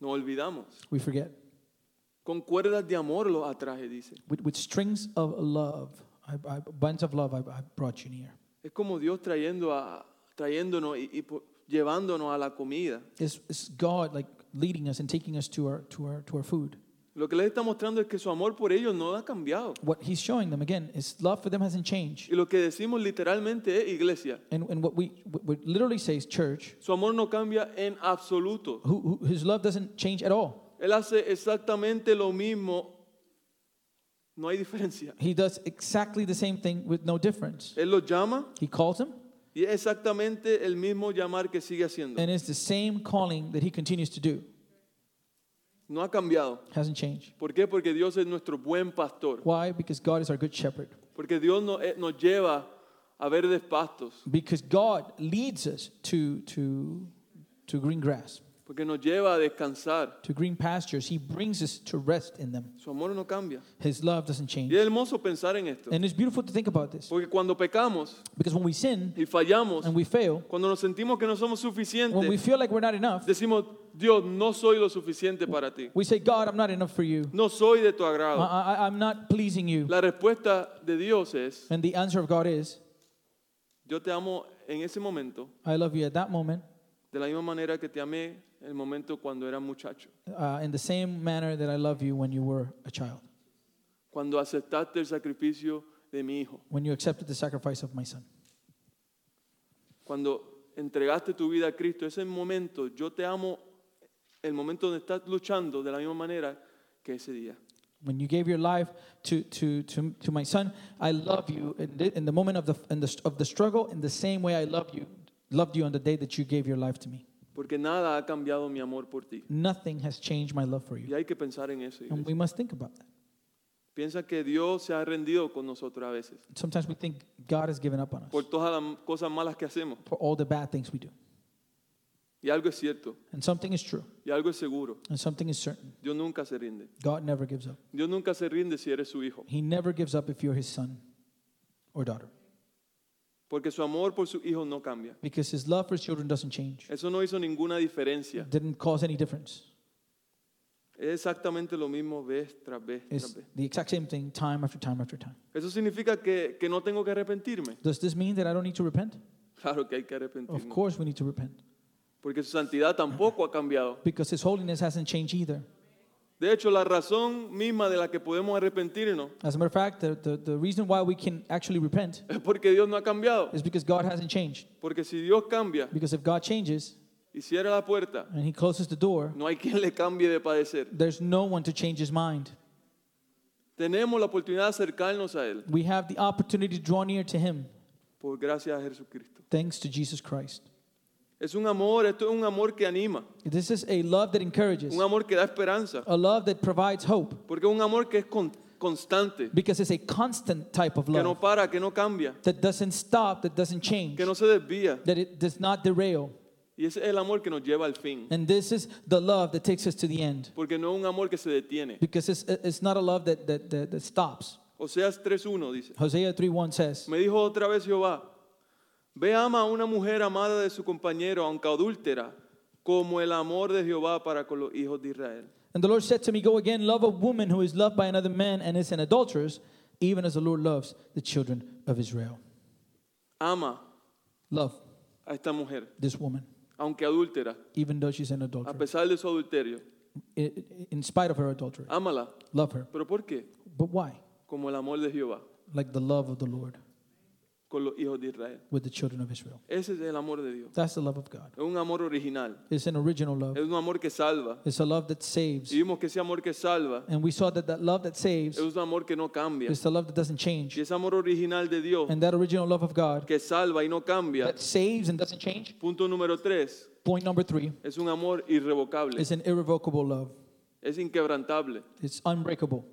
Nos olvidamos. We forget. Con cuerdas de amor los atraje, dice. With, with strings of love, I, I, bunch of love, I, I brought you near. Es como Dios trayendo a, trayéndonos y, y po- llevándonos a la comida. It's, it's God like leading us and taking us to our, to, our, to our food. Lo que les está mostrando es que su amor por ellos no ha cambiado. What he's showing them again is love for them hasn't changed. Y lo que decimos literalmente es iglesia. And, and what we, what we literally say is church, Su amor no cambia en absoluto. who, who, whose love doesn't change at all. Él hace exactamente lo mismo. No hay diferencia. He does exactly the same thing with no difference. Él los llama He calls them, y es exactamente el mismo llamar que sigue haciendo. and it's the same calling that he continues to do. No ha cambiado. Hasn't changed. ¿Por qué? Porque Dios es nuestro buen pastor. Why? Because God is our good shepherd. Porque Dios nos, eh, nos lleva a verdes pastos. Because God leads us to, to, to green grass, Porque nos lleva a descansar. to green pastures. He brings us to rest in them. Su amor no cambia. His love doesn't Y change. es hermoso pensar en esto. And it's beautiful to think about this. Porque cuando pecamos Because when we sin y fallamos, and we fail, cuando nos sentimos que no somos when we suficientes, feel like we're not enough, decimos, Dios, no soy lo suficiente para ti. we say, God, I'm not enough for you. No soy de tu I, agrado. I, I'm not pleasing you. La respuesta de Dios es, And the answer of God is, yo te amo en ese momento I love you at that moment de la misma manera que te amé en el momento cuando era muchacho, uh, in the same manner that I love you when you were a child, cuando aceptaste el sacrificio de mi hijo, when you accepted the sacrifice of my son. cuando entregaste tu vida a Cristo. Ese momento, yo te amo el momento donde estás luchando de la misma manera que ese día. When you gave your life to, to, to, to my son, I love you in the, in the moment of the, in the, of the struggle in the same way I love you, loved you on the day that you gave your life to me. Porque nada ha cambiado mi amor por ti. Nothing has changed my love for Y you. hay que pensar en eso. And iglesia. we must think about that. Piensa que Dios se ha rendido con nosotros a veces Sometimes we think God has given up on us por todas las cosas malas que hacemos. for all the bad things we do. Y algo es cierto, And something is true, y algo es seguro. and something is certain. Dios nunca se rinde. God never gives up. Dios nunca se rinde si eres su hijo. He never gives up if you're his son or daughter. Porque su amor por su hijo no cambia. Because his love for his children doesn't change. Eso no hizo ninguna diferencia. It didn't cause any difference. Es exactamente lo mismo vez tras vez tras It's vez. the exact same thing time after time after time. Eso significa que, que no tengo que arrepentirme. Does this mean that I don't need to repent? Claro que hay que Of arrepentirme. course, we need to repent Porque su santidad tampoco ha cambiado. because His holiness hasn't changed either. De hecho, la razón misma de la que podemos arrepentirnos As a matter of fact, the, the, the reason why we can actually repent es porque Dios no ha cambiado. is because God hasn't changed. Porque si Dios cambia Because if God changes y cierra la puerta, and He closes the door, no hay quien le cambie de padecer. there's no one to change His mind. Tenemos la oportunidad de acercarnos a Él We have the opportunity to draw near to Him por gracia a Jesucristo. thanks to Jesus Christ. Es un amor, esto es un amor que anima, This is a love that encourages, un amor que da esperanza, a love that provides hope porque es un amor que es con- constante, because it's a constant type of que no love para, que no cambia, that doesn't stop, that doesn't change, que no se desvía. that it does not derail. Y ese es el amor que nos lleva al fin, And this is the love that takes us to the end. porque no es un amor que se detiene. because it's, it's not a love that, that, that, that stops. Oseas 3.1 dice, Hosea 3.1 says, me dijo otra vez Jehová, ve ama a una mujer amada de su compañero, aunque adúltera, como el amor de Jehová para con los hijos de Israel. And the Lord said to me, Go again, love a woman who is loved by another man and is an adulteress, even as the Lord loves the children of Israel. Ama Love a esta mujer, this woman, aunque adúltera, even though she's an a adulteress, pesar de su adulterio. i- i- in spite of her adultery. Ámala. Love her. ¿Pero por qué? But why? Como el amor de Jehová Like the love of the Lord con los hijos de Israel. with the children of Israel. Ese es el amor de Dios. That's the love of God. Es un amor original. It's an original love, Es un amor que salva. it's a love that Y saves. vimos que ese amor que salva And we saw that that love that saves es un amor que no cambia. is the love that doesn't Y change. ese amor original de Dios And that original love of God que salva y no cambia. that saves and doesn't change Punto número tres. Point number three Es un amor irrevocable. is an irrevocable love. Es inquebrantable. It's unbreakable.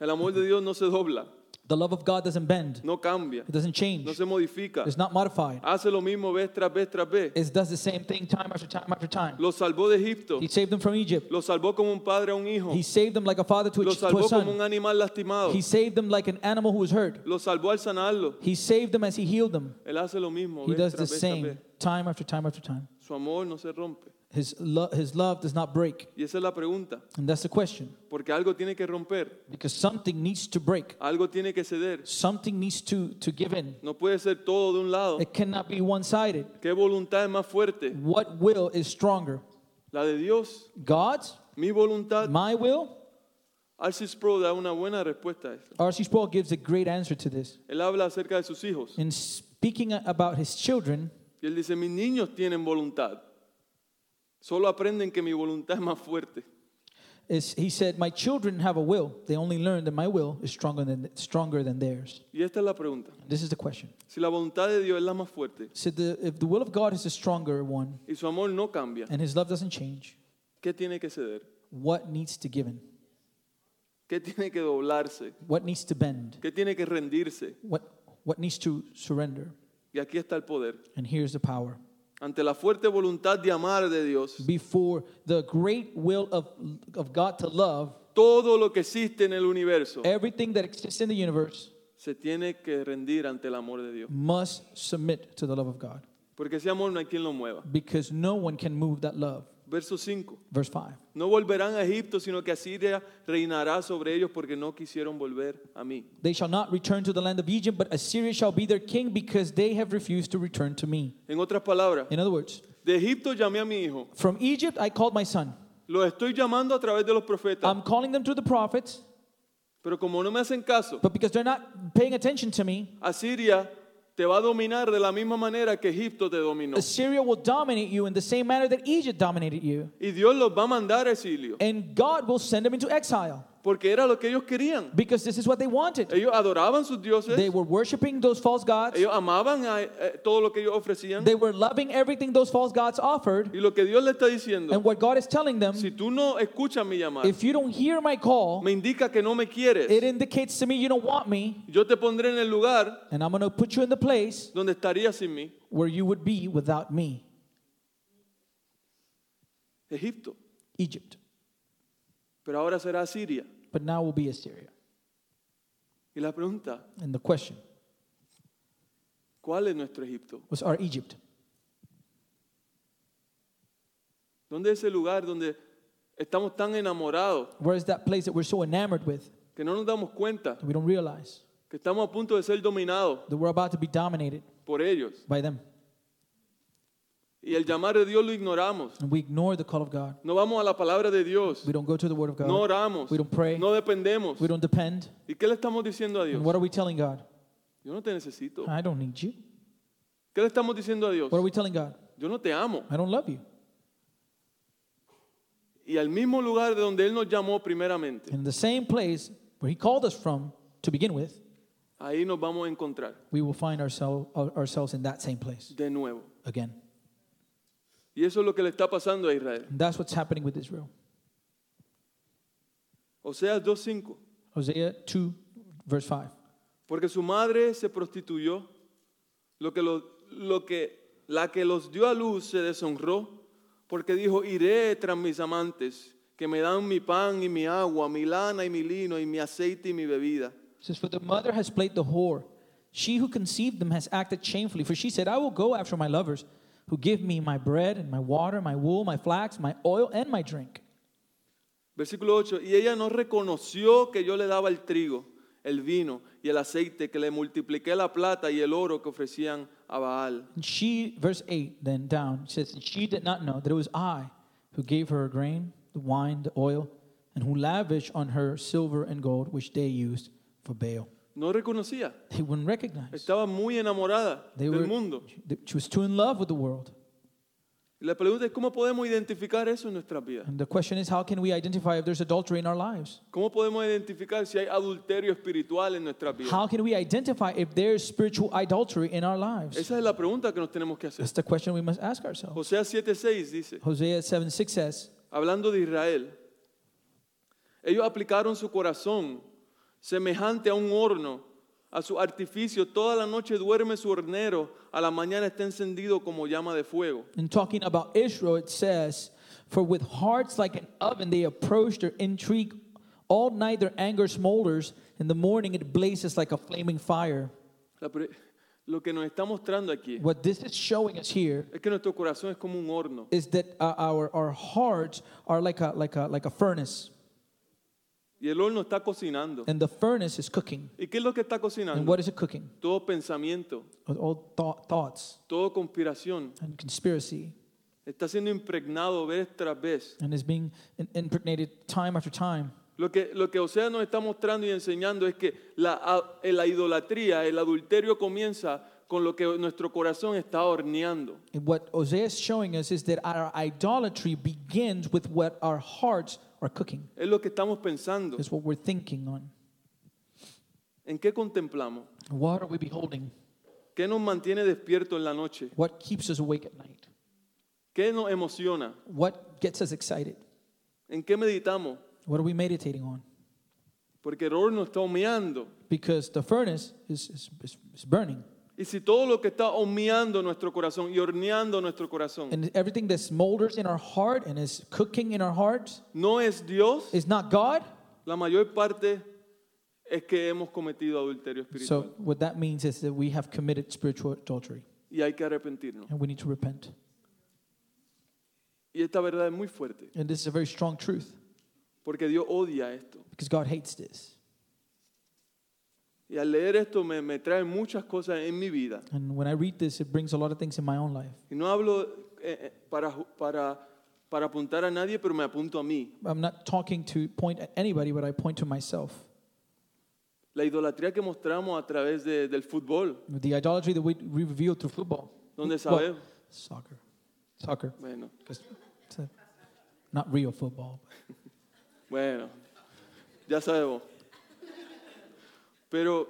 El amor de Dios no se dobla. The love of God doesn't bend. no cambia, It doesn't no change. se modifica. It's not modified. Hace lo mismo vez tras vez tras vez. It does the same thing time after time after time. Lo salvó de Egipto, He saved them from Egypt. lo salvó como un padre a un hijo, He saved them like a father to a, lo to a salvó como un son. animal lastimado, He saved them like an animal who was hurt. lo salvó al sanarlo. He saved them as he healed them. Él hace lo mismo He vez does the tras vez tras vez. same time after time after time. Su amor no se rompe. His, lo- his love does not break. Y esa es la pregunta, And that's the question. porque algo tiene que romper, Because something needs to break. algo tiene que ceder. Something needs to, to give in. No puede ser todo de un lado. It cannot be one sided. ¿Qué voluntad es más fuerte? What will is stronger? La de Dios, God's? mi voluntad. My will? Arcis Pro da una buena respuesta a esto. R.C. Sproul gives a great answer to this. Él habla acerca de sus hijos In speaking about his children, y él dice, mis niños tienen voluntad. Solo aprenden que mi voluntad es más fuerte. is, he said, My children have a will. They only learn that my will is stronger than, stronger than theirs. Y esta es la pregunta. This is the question. Si la voluntad de Dios es la más fuerte So the, if the will of God is the stronger one y su amor no cambia, and his love doesn't change, ¿qué tiene que ceder? what needs to give in? ¿Qué tiene que doblarse? What needs to bend? ¿Qué tiene que rendirse? What, what needs to surrender? Y aquí está el poder. And here's the power. Ante la fuerte voluntad de amar de Dios, Before the great will of, of God to love, todo lo que existe en el universo everything that exists in the universe se tiene que rendir ante el amor de Dios. must submit to the love of God Porque ese amor no hay quien lo mueva. because no one can move that love. Verso 5. Verse 5. No volverán a Egipto, sino que Asiria reinará sobre ellos porque no quisieron volver a mí. They shall not return to the land of Egypt, but Assyria shall be their king because they have refused to return to me. En otras palabras, In other words, de Egipto llamé a mi hijo. from Egypt I called my son. Los estoy llamando a través de los profetas. I'm calling them to the prophets, Pero como no me hacen caso, but because they're not paying attention to me, Asiria te va a dominar de la misma manera que Egipto te dominó. Assyria will dominate you in the same manner that Egypt dominated you. Y Dios los va a mandar a exilio. And God will send them into exile Porque era lo que ellos querían. because this is what they wanted. Ellos adoraban sus They dioses. were worshiping those false gods, Ellos amaban a, eh, todo lo que ellos ofrecían. they were loving everything those false gods offered. Y lo que Dios le está diciendo, And what God is telling them si tú no escuchas mi llamada, if you don't hear my call, me indica que no me quieres. it indicates to me you don't want me, Yo te pondré en el lugar and I'm going to put you in the place donde estarías sin mí. where you would be without me. Egipto. Egypt. Pero ahora será Siria. But now will be Assyria. Y la pregunta, And the question ¿cuál es nuestro Egipto? was our Egypt? ¿Dónde es ese lugar donde estamos tan enamorados Where is that place that we're so enamored with que no nos damos cuenta that we don't realize que estamos a punto de ser dominados that we're about to be dominated por ellos? by them? Y el llamar de Dios lo ignoramos. And we ignore the call of God. No vamos a la palabra de Dios. We don't go to the Word of God. No oramos. We don't pray. No dependemos. We don't depend. ¿Y qué le estamos diciendo a Dios? And what are we telling God? Yo no te necesito. I don't need you. ¿Qué le estamos diciendo a Dios? What are we telling God? Yo no te amo. I don't love you. Y al mismo lugar de donde Él nos llamó primeramente, In the same place where He called us from to begin with, ahí nos vamos a encontrar we will find ourselves ourselves in that same place de nuevo. again. Y eso es lo que le está pasando a Israel. And that's what's happening with Israel. Oseas 2.5. Hosea 2, verse 5. Porque su madre se prostituyó, lo que, lo- lo que, la que los dio a luz se deshonró, porque dijo, iré tras mis amantes, que me dan mi pan y mi agua, mi lana y mi lino, y mi aceite y mi bebida. It says, For the mother has played the whore. She who conceived them has acted shamefully, for she said, I will go after my lovers, who give me my bread and my water, my wool, my flax, my oil, and my drink. Versículo 8, y ella no reconoció que yo le daba el trigo, el vino y el aceite, que le multipliqué la plata y el oro que ofrecían a Baal. And she, verse 8, then down, says, "And She did not know that it was I who gave her grain, the wine, the oil, and who lavished on her silver and gold, which they used for Baal. No reconocía, They wouldn't recognize. estaba muy enamorada They del were, mundo. She was too in love with the world. Y la pregunta es, ¿cómo podemos identificar eso en nuestras vidas? And the question is, how can we identify if there's adultery in our lives? ¿Cómo podemos identificar si hay adulterio espiritual en nuestras vidas? How can we identify if there's spiritual adultery in our lives? Esa es la pregunta que nos tenemos que hacer. That's the question we must ask ourselves. José 7:6 dice, Hosea 7 6 says, hablando de Israel, ellos aplicaron su corazón semejante a un horno, a su artificio. Toda la noche duerme su hornero, a la mañana está encendido como llama de fuego. In talking about Israel, it says, For with hearts like an oven they approach their intrigue. All night their anger smolders, in the morning it blazes like a flaming fire. La pre- lo que nos está mostrando aquí What this is showing us here es que nuestro corazón es como un horno. is that uh, our, our hearts are like a, like, a, like a furnace, Y el horno está cocinando. and the furnace is cooking. ¿Y qué es lo que está And cocinando? what is it cooking? Todo pensamiento, With all thought, thoughts todo conspiración. and conspiracy, Está siendo impregnado vez tras vez. and is being in- impregnated time after time. Lo que, lo que Osea nos está mostrando y enseñando es que la, a- la idolatría, el adulterio comienza con lo que nuestro corazón está horneando. And what Hosea is showing us is that our idolatry begins with what our hearts are cooking. Es lo que estamos pensando. Is what we're thinking on. ¿En qué contemplamos? What are we beholding? ¿Qué nos mantiene despierto en la noche? What keeps us awake at night? ¿Qué nos emociona? What gets us excited? ¿En qué meditamos? What are we meditating on? Porque el horno está humeando. Because the furnace is, is, is, is burning. Y si todo lo que está humeando nuestro corazón y horneando nuestro corazón And everything that smolders in our heart and is cooking in our hearts no es Dios, is not God. la mayor parte es que hemos cometido adulterio espiritual. So, what that means is that we have committed spiritual adultery y hay que arrepentirnos. and we need to repent. Y esta verdad es muy fuerte, And this is a very strong truth porque Dios odia esto. because God hates this. Y al leer esto me, me trae muchas cosas en mi vida. And when I read this, it brings a lot of things in my own life. Y no hablo eh, eh, para, ju- para, para apuntar a nadie, pero me apunto a mí. I'm not talking to point at anybody, but I point to myself. La idolatría que mostramos a través de- del fútbol, The idolatry that we we reveal through football. donde Well, sabemos, Soccer. Soccer. bueno, 'Cause it's a- not real football. bueno, ya sabemos. Pero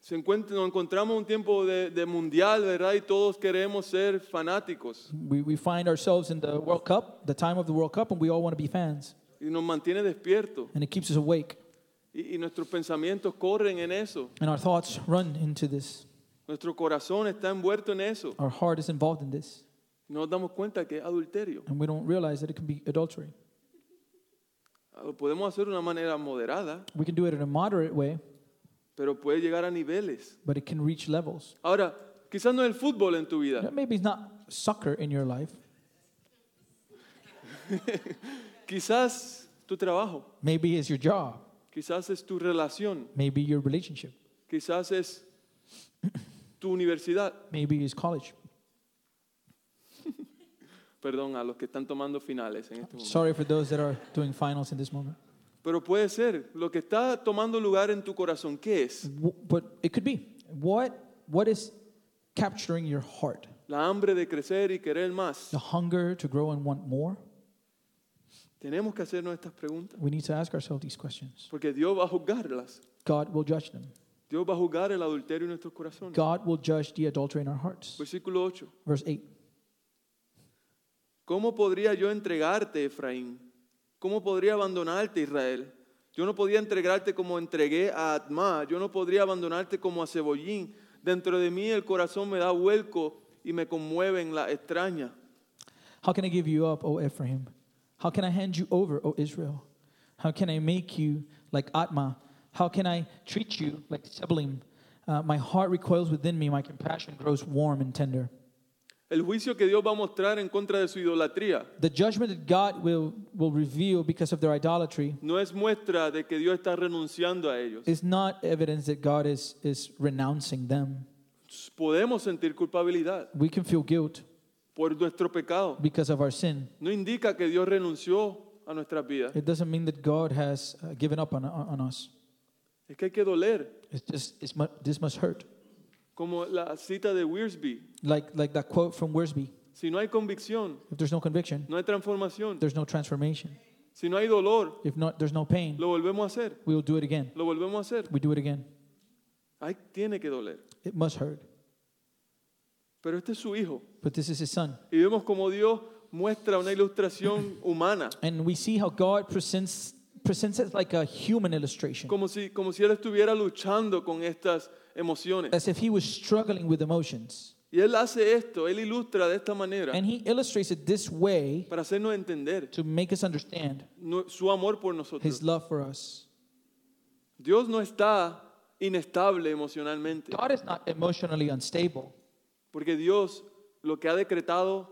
se encuentra- nos encontramos en un tiempo de, de mundial, ¿verdad? Y todos queremos ser fanáticos. We, we find ourselves in the World Cup, the time of the World Cup, and we all want to be fans. Y nos mantiene despiertos. And it keeps us awake. Y, y nuestros pensamientos corren en eso. And our thoughts run into this. Nuestro corazón está envuelto en eso. Our heart is involved in this. No nos damos cuenta que es adulterio. And we don't realize that it can be adultery. Lo podemos hacer de una manera moderada, We can do it in a moderate way, pero puede llegar a niveles. but it can reach levels. Ahora, quizás no es el fútbol en tu vida. Maybe it's not soccer in your life, Quizás tu trabajo. maybe it's your job. Quizás es tu relación. Maybe your relationship. Quizás es tu universidad. Maybe it's college. Perdón a los que están tomando finales en este momento. Sorry for those that are doing finals in this moment. Pero puede ser. Lo que está tomando lugar en tu corazón, ¿qué es? W- But it could be. What what is capturing your heart? La hambre de crecer y querer más. The hunger to grow and want more? Tenemos que hacernos estas preguntas. We need to ask ourselves these questions. Porque Dios va a juzgarlas. God will judge them. Dios va a juzgar el adulterio en nuestros corazones. God will judge the adultery in our hearts. Versículo 8. Verse 8. ¿Cómo podría yo entregarte, Efraín? ¿Cómo podría abandonarte, Israel? Yo no podía entregarte como entregué a Atma. Yo no podría abandonarte como a Cebollín. Dentro de mí el corazón me da vuelco y me conmueven la extraña. How can I give you up, O Ephraim? How can I hand you over, O Israel? How can I make you like Atma? How can I treat you like Seblim? Uh, my heart recoils within me, my compassion grows warm and tender. El juicio que Dios va a mostrar en contra de su idolatría The judgment that God will, will reveal because of their idolatry no es muestra de que Dios está renunciando a ellos. is not evidence that God is, is renouncing them. Podemos sentir culpabilidad We can feel guilt por nuestro pecado. because of our sin. No indica que Dios renunció a nuestras vidas. It doesn't mean that God has uh, given up on, on us. Es que hay que doler, It's just, it's mu- this must hurt. como la cita de Wiersbe. Like, like that quote from Worsby Si no hay convicción, if there's no conviction, no hay transformación. there's no transformation. Si no hay dolor, If not, there's no pain, lo volvemos a hacer, we will do it again. lo volvemos a hacer. We do it again. Ahí tiene que doler. It must hurt. Pero este es su hijo. But this is his son. Y vemos como Dios muestra una ilustración humana. And we see how God presents presents it like a human illustration, como si, como si él estuviera luchando con estas emociones. as if he was struggling with emotions. Y él hace esto, él ilustra de esta manera And he illustrates it this way para hacernos entender to make us understand nu- su amor por his nosotros. love for us. Dios no está inestable emocionalmente, God is not emotionally unstable porque Dios lo que ha decretado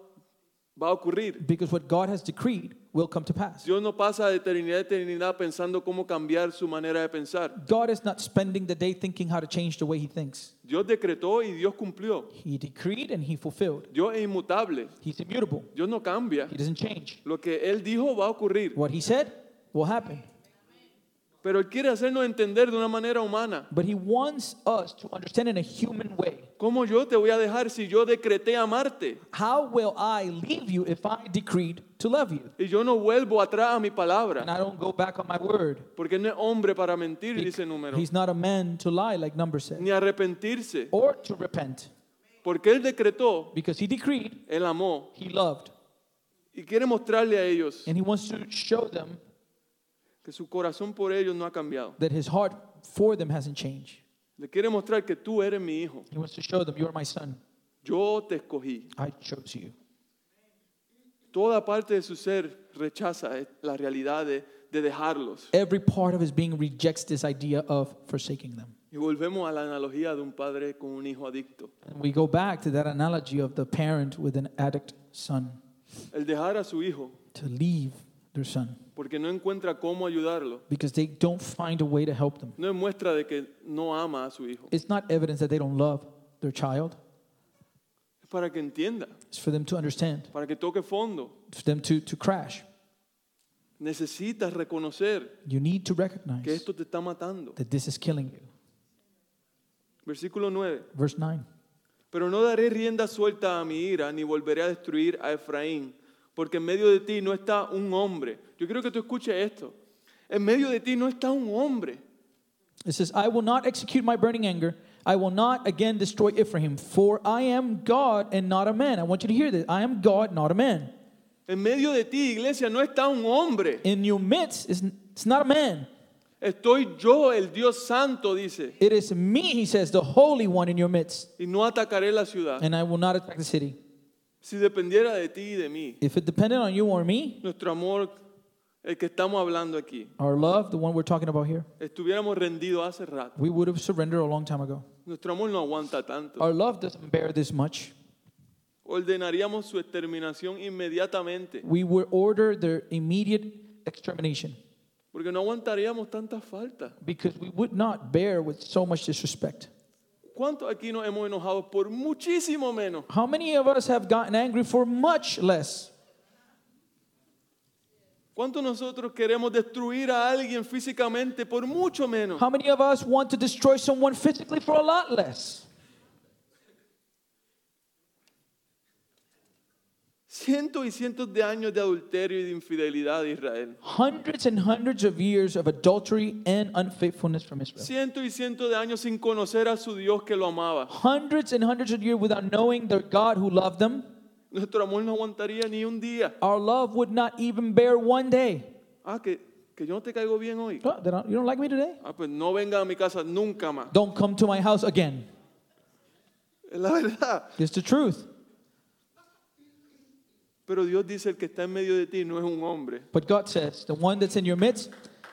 va a ocurrir. because what God has decreed will come to pass. Dios no pasa de eternidad a eternidad pensando cómo cambiar su manera de pensar. God is not spending the day thinking how to change the way he thinks. Dios decretó y Dios cumplió. He decreed and he fulfilled. Dios es inmutable. He's immutable. Dios no cambia. He doesn't change. Lo que Él dijo va a ocurrir. What he said will happen. Pero Él quiere hacernos entender de una manera humana. But he wants us to understand in a human way. ¿Cómo yo te voy a dejar si yo decreté amarte? How will I leave you if I decreed to love you? Y yo no vuelvo atrás a mi And palabra. I don't go back on my word. Porque no es hombre para mentir, Bec- dice número. He's not a man to lie, like number said, Ni arrepentirse. or to repent, Porque Él decretó, because he decreed, Él amó. he loved, Y quiere mostrarle a ellos and he wants to show them que su corazón por ellos no ha cambiado. that his heart for them hasn't changed. Le quiere mostrar que tú eres mi hijo. He wants to show them, you are my son. Yo te escogí. I chose you. Toda parte de su ser rechaza eh, la realidad de, de dejarlos. Every part of his being rejects this idea of forsaking them. Y volvemos a la analogía de un padre con un hijo adicto. And we go back to that analogy of the parent with an addict son El dejar a su hijo to leave their son porque no encuentra cómo ayudarlo because they don't find a way to help them. no es muestra de que no ama a su hijo. It's not evidence that they don't love their child, Es para que entienda, it's for them to understand, para que toque fondo. for them to, to crash. Necesitas reconocer You need to que recognize esto te está matando. that this is killing you. Versículo 9. Verse 9. Pero no daré rienda suelta a mi ira, ni volveré a destruir a Efraín, porque en medio de ti no está un hombre. Yo quiero que tú escuches esto. En medio de ti no está un hombre. It says, I will not execute my burning anger. I will not again destroy Ephraim, for I am God and not a man. I want you to hear this. I am God, not a man. En medio de ti, iglesia, no está un hombre. In your midst, is it's not a man. Estoy yo, el Dios Santo, dice, It is me, he says, the Holy One in your midst, y no atacaré la ciudad. and I will not attack the city. Si dependiera de ti y de mí, If it depended on you or me, nuestro amor, el que estamos hablando aquí, our love, the one we're talking about here, estuviéramos rendidos hace rato. we would have surrendered a long time ago. Nuestro amor no aguanta tanto. Our love doesn't bear this much. Ordenaríamos su exterminación inmediatamente, We would order their immediate extermination porque no aguantaríamos tantas faltas. because we would not bear with so much disrespect. ¿Cuántos aquí nos hemos enojado por muchísimo menos? How many of us have gotten angry for much less? ¿Cuántos nosotros queremos destruir a alguien físicamente por mucho menos? How many of us want to destroy someone physically for a lot less? Cientos y cientos de años de adulterio y de infidelidad de Israel. Hundreds and hundreds of years of adultery and unfaithfulness from Israel. Cientos y cientos de años sin conocer a su Dios que lo amaba. Hundreds and hundreds of years without knowing their God who loved them. Nuestro amor no aguantaría ni un día. Our love would not even bear one day. Ah, que, que yo no te caigo bien hoy. Oh, they don't- you don't like me today? Ah, pues no venga a mi casa nunca más. Don't come to my house again. Es la [laughs] verdad. It's the truth. Pero Dios dice, el que está en medio de ti no es un hombre, But God says, the one that's in your midst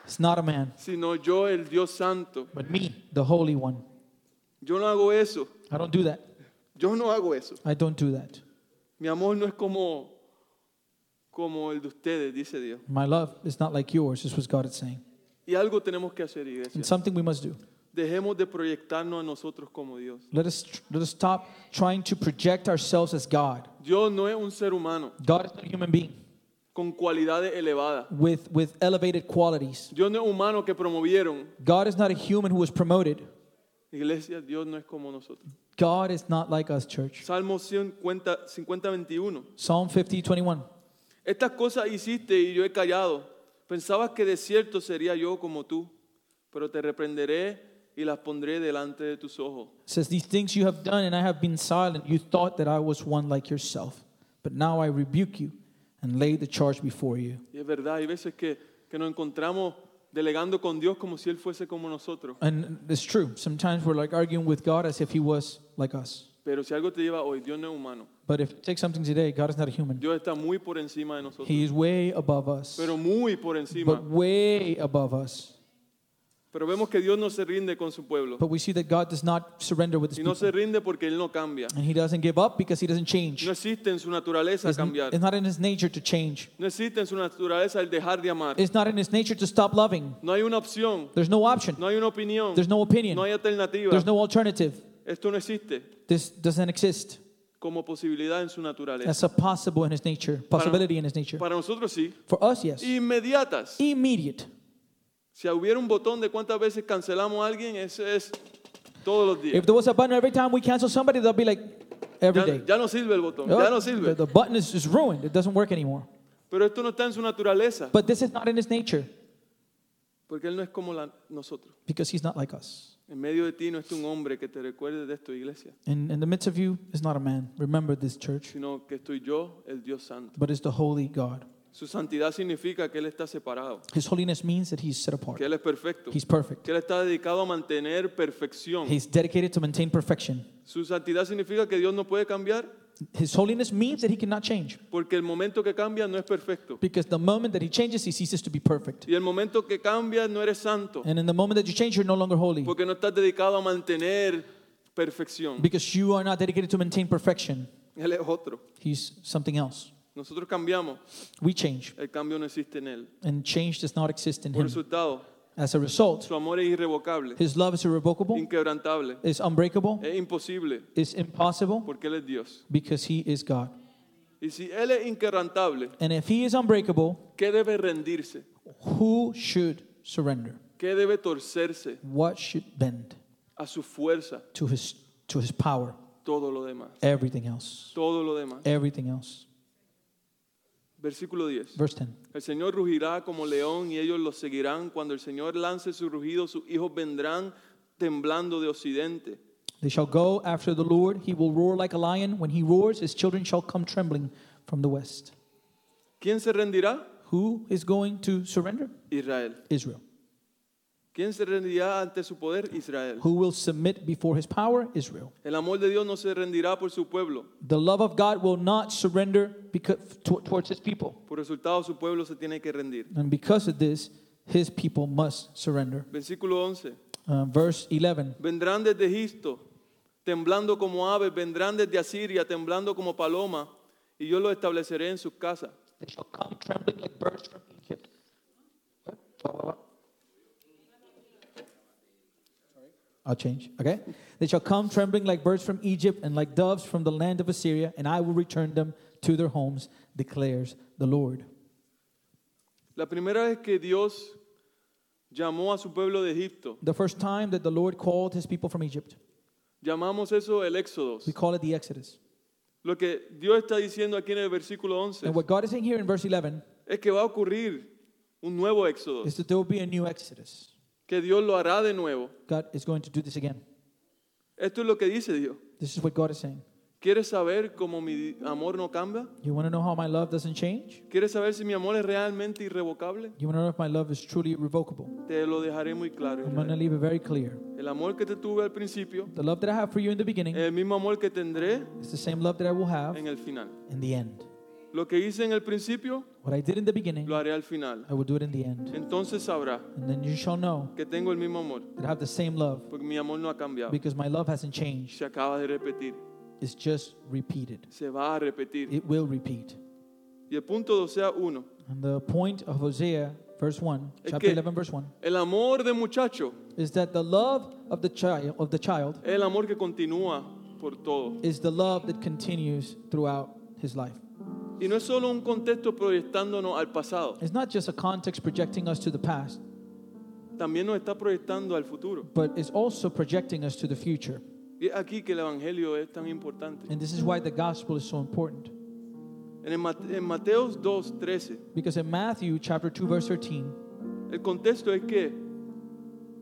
is not a man, sino yo, el Dios Santo. but me, the Holy One. Yo no hago eso. I don't do that. Yo no hago eso. I don't do that. Mi amor no es como, como el de ustedes, dice Dios. My love is not like yours, is what God is saying. Y algo tenemos que hacer, And iglesia. something we must do. Dejemos de proyectarnos a nosotros como Dios. Let us, let us stop trying to project ourselves as God. Dios no es un ser humano God is not a human being con cualidades elevadas. with, with elevated qualities. Dios no es humano que promovieron. God is not a human who was promoted. Iglesia, Dios no es como nosotros. God is not like us, church. Salmo 50, 50 21. Psalm 50, 21. Estas cosas hiciste y yo he callado. Pensabas que de cierto sería yo como tú, pero te reprenderé y las pondré delante de tus ojos. says, These things you have done, and I have been silent. You thought that I was one like yourself, but now I rebuke you and lay the charge before you. Y es verdad, hay veces que, que nos encontramos delegando con Dios como si Él fuese como nosotros. And it's true. Sometimes we're like arguing with God as if He was like us. Pero si algo te lleva hoy, Dios no es humano. But if you take something today, God is not a human. Dios está muy por encima de nosotros. He is way above us, Pero muy por but encima. way above us. Pero vemos que Dios no se rinde con su pueblo. But we see that God does not surrender with His Y no people, se rinde porque Él no cambia. and He doesn't give up because He doesn't change. No existe en su naturaleza It's, cambiar. it's not in His nature to change. No existe en su naturaleza el dejar de amar. It's not in His nature to stop loving. No hay una opción. There's no option. No hay una opinión. There's no opinion. No hay alternativa. There's no alternative. Esto no existe This doesn't exist como posibilidad en su naturaleza. as a possible in His nature, possibility in His nature. Para nosotros sí. For us, yes. Inmediatas. Immediate. Si hubiera un botón de cuántas veces cancelamos a alguien, eso es todos los días. If there was a button every time we cancel somebody, they'll be like every Ya, day. ya no sirve el botón, Oh, ya no the, sirve. the button is, is ruined. It doesn't work anymore. Pero esto no está en su naturaleza, But this is not in his nature porque él no es como la- nosotros. because he's not like us. En medio de ti no está un hombre que te recuerde de esto, iglesia, In, in the midst of you is not a man. Remember this church, sino que estoy yo, el Dios Santo. but it's the holy God. Su santidad significa que él está separado, His holiness means that he's set apart. que él es perfecto, He's perfect. que él está dedicado a mantener perfección. He's dedicated to maintain perfection. Su santidad significa que Dios no puede cambiar, His holiness means that he cannot change porque el momento que cambia no es perfecto. because the moment that he changes, he ceases to be perfect. Y el momento que cambia no eres santo, And in the moment that you change, you're no longer holy porque no estás dedicado a mantener perfección. because you are not dedicated to maintain perfection. Él es otro. He's something else. Nosotros cambiamos, We change, el cambio no existe en él. and change does not exist in Por him. resultado, As a result, su amor es irrevocable, his love is irrevocable, inquebrantable, is unbreakable, es imposible, is impossible porque Él es Dios. because he is God. Y si Él es inquebrantable, And if he is unbreakable, ¿qué debe rendirse? who should surrender? ¿Qué debe torcerse What should bend a su fuerza? to his to his power? Todo lo demás, Everything else. todo lo demás. Everything else. Versículo 10. Verse 10. El Señor rugirá como león y ellos lo seguirán. Cuando el Señor lance su rugido, sus hijos vendrán temblando de occidente. They shall go after the Lord, he will roar like a lion. When he roars, his children shall come trembling from the west. ¿Quién se rendirá? Who is going to surrender? Israel. Israel. ¿Quién se rendirá ante su poder? Israel. Who will submit before his power? Israel. El amor de Dios no se rendirá por su pueblo. The love of God will not surrender because, tw- towards his people. Por resultado, su pueblo se tiene que rendir. And because of this, his people must surrender. Versículo 11. Uh, verse 11 Vendrán desde Egipto, temblando como aves, vendrán desde Asiria, temblando como paloma, y yo los estableceré en sus casas. They shall come trembling like birds from Egypt. I'll change. Okay? They shall come trembling like birds from Egypt and like doves from the land of Assyria, and I will return them to their homes, declares the Lord. La primera vez que Dios llamó a su pueblo de Egipto, The first time that the Lord called his people from Egypt, llamamos eso el Éxodo. we call it the Exodus. Lo que Dios está diciendo aquí en el versículo 11 And what God is saying here in verse 11 es que va a ocurrir un nuevo Éxodo, is that there will be a new Exodus. que Dios lo hará de nuevo. God is going to do this again. Esto es lo que dice Dios. This is what God is saying. ¿Quieres saber cómo mi amor no cambia? You want to know how my love doesn't change? ¿Quieres saber si mi amor es realmente irrevocable? You want to know if my love is truly irrevocable? Te lo dejaré muy claro. I'm going to Israel. leave it very clear. El amor que te tuve al principio The love that I have for you in the beginning el mismo amor que tendré is the same love that I will have en el final. in the end. Lo que hice en el principio, What I did in the beginning, lo haré al final. I will do it in the end. Entonces sabrá And then you shall know que tengo el mismo amor, that I have the same love porque mi amor no ha cambiado. because my love hasn't changed. Se acaba de repetir, It's just repeated. se va a repetir. It will repeat. Y el punto 12 a 1. And the point of Hosea, verse 1, Es chapter que- 11, verse 1, El amor de muchacho, is that the love of the child of the child es el amor que continúa por todo. is the love that continues throughout his life. Y no es solo un contexto proyectándonos al pasado, It's not just a context projecting us to the past, también nos está proyectando al futuro. but it's also projecting us to the future. Y es aquí que el Evangelio es tan importante. And this is why the gospel is so important. En, el Mate- en Mateos 2, 13, Because in Matthew chapter 2 verse 13, El contexto es que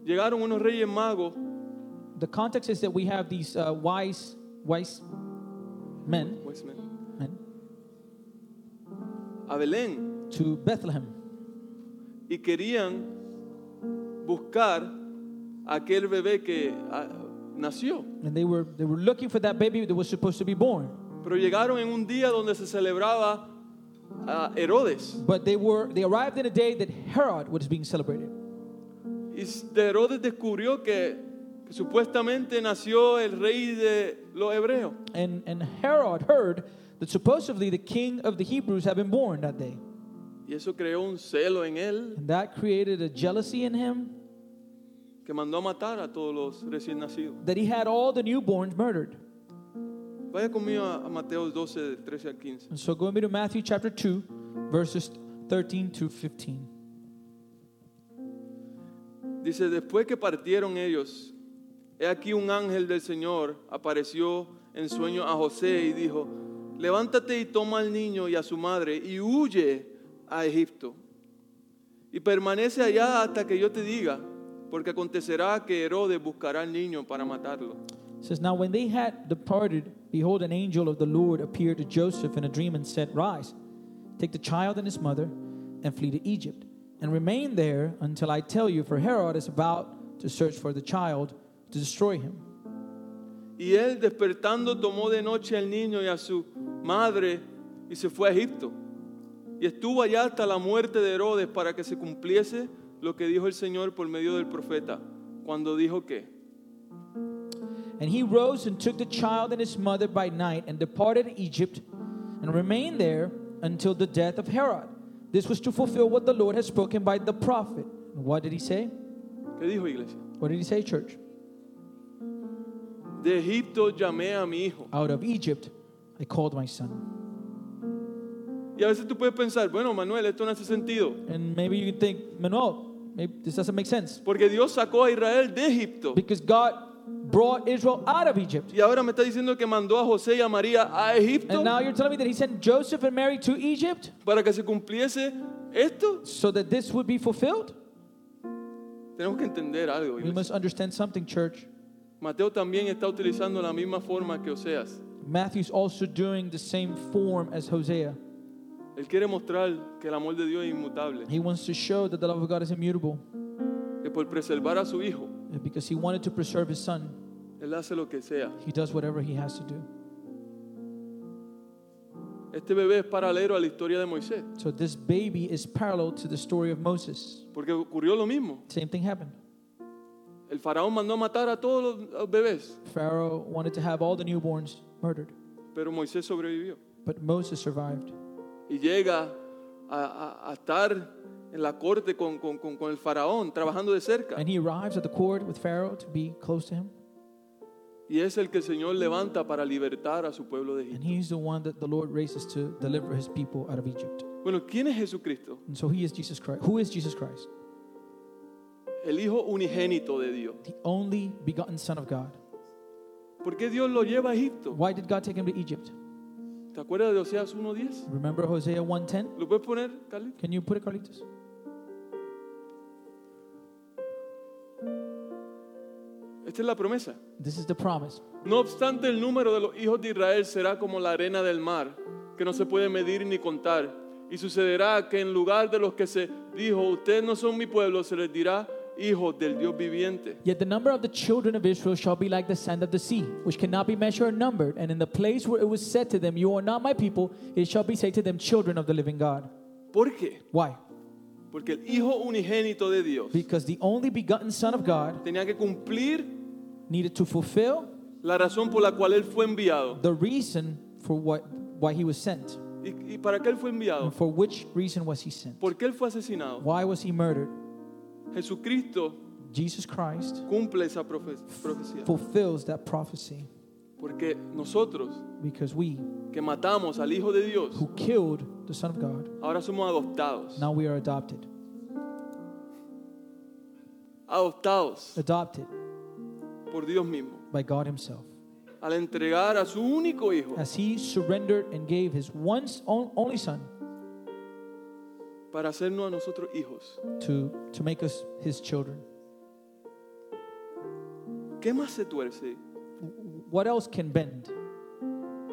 llegaron unos reyes magos the context is that we have these uh, wise wise men, pues, men, men a Belén to Bethlehem y querían buscar aquel bebé que ah, nació. And they were, they were looking for that baby that was supposed to be born. Pero llegaron en un día donde se celebraba a Herodes. But they, were, they arrived in a day that Herod was being celebrated. Y de Herodes descubrió que, que supuestamente nació el rey de los hebreos. And, and Herod heard that supposedly the king of the Hebrews had been born that day. Y eso creó un celo en él And that created a jealousy in him que mandó a matar a todos los recién nacidos. that he had all the newborns murdered. Vaya conmigo a, a Mateo 12, del 13 al 15. And so go with me to Matthew chapter 2, verses 13 to 15. Dice, después que partieron ellos, he aquí un ángel del Señor apareció en sueño a José y dijo, levántate y toma al niño y a su madre y huye a Egipto. Y permanece allá hasta que yo te diga, porque acontecerá que Herodes buscará al niño para matarlo. It says, Now when they had departed, behold, an angel of the Lord appeared to Joseph in a dream and said, Rise, take the child and his mother, and flee to Egypt, and remain there until I tell you, for Herod is about to search for the child to destroy him. Y él despertando tomó de noche al niño y a su madre y se fue a Egipto. Y estuvo allá hasta la muerte de Herodes para que se cumpliese lo que dijo el Señor por medio del profeta, cuando dijo que And he rose and took the child and his mother by night and departed to Egypt and remained there until the death of Herod. This was to fulfill what the Lord had spoken by the prophet. And What did he say? ¿Qué dijo iglesia? What did he say, church? De Egipto llamé a mi hijo. Out of Egypt I called my son. Y a veces tú puedes pensar, bueno, Manuel, esto no hace sentido. And maybe you can think, Manuel, maybe this doesn't make sense. Porque Dios sacó a Israel de Egipto. Because God brought Israel out of Egypt. Y ahora me está diciendo que mandó a José y a María a Egipto And now you're telling me that he sent Joseph and Mary to Egypt para que se cumpliese esto. so that this would be fulfilled? Tenemos que entender algo. We iglesia. must understand something, church. Mateo también está utilizando la misma forma que Oseas. Matthew's also doing the same form as Hosea. Él quiere mostrar que el amor de Dios es inmutable, He wants to show that the love of God is immutable que por preservar a su hijo, and because he wanted to preserve his son. él hace lo que sea. He does whatever he has to do. Este bebé es paralelo a la historia de Moisés, So this baby is parallel to the story of Moses. porque ocurrió lo mismo. Same thing happened. El faraón mandó a matar a todos los- los bebés, Pharaoh wanted to have all the newborns murdered, pero Moisés sobrevivió but Moses survived. y llega a, a- a estar en la corte con, con- con- con el faraón, trabajando de cerca. And he arrives at the court with Pharaoh to be close to him. Y es el que el Señor levanta para libertar a su pueblo de And Egipto. he's the one that the Lord raises to deliver his people out of Egypt. Bueno, ¿quién es Jesucristo? And so he is Jesus Christ. Who is Jesus Christ? El Hijo unigénito de Dios. The only begotten Son of God. ¿Por qué Dios lo lleva a Egipto? Why did God take him to Egypt? ¿Te acuerdas de Oseas 1.10? Remember Hosea 1:10? ¿Lo puedes poner, Carlitos? Can you put it, Carlitos? Esta es la promesa. This is the promise. No obstante, el número de los hijos de Israel será como la arena del mar, que no se puede medir ni contar. Y sucederá que en lugar de los que se dijo, ustedes no son mi pueblo, se les dirá hijos del Dios viviente. Yet the number of the children of Israel shall be like the sand of the sea, which cannot be measured or numbered. And in the place where it was said to them, You are not my people, it shall be said to them, Children of the living God. ¿Por qué? Why? Porque el Hijo unigénito de Dios Because the only begotten Son of God tenía que cumplir needed to fulfill la razón por la cual Él fue enviado. the reason for what why he was sent. ¿Y, y para qué Él fue enviado? And for which reason was he sent? ¿Por qué Él fue asesinado? Why was he murdered? Jesucristo Jesus Christ cumple esa profe- profecía. fulfills that prophecy Porque nosotros because we que matamos al Hijo de Dios, who killed the Son of God, ahora somos adoptados. now we are adopted. adoptados Adopted por Dios mismo, by God himself. al entregar a su único hijo as he surrendered and gave his one on- only son para hacernos a nosotros hijos. to, to make us his children. ¿Qué más se tuerce? What else can bend?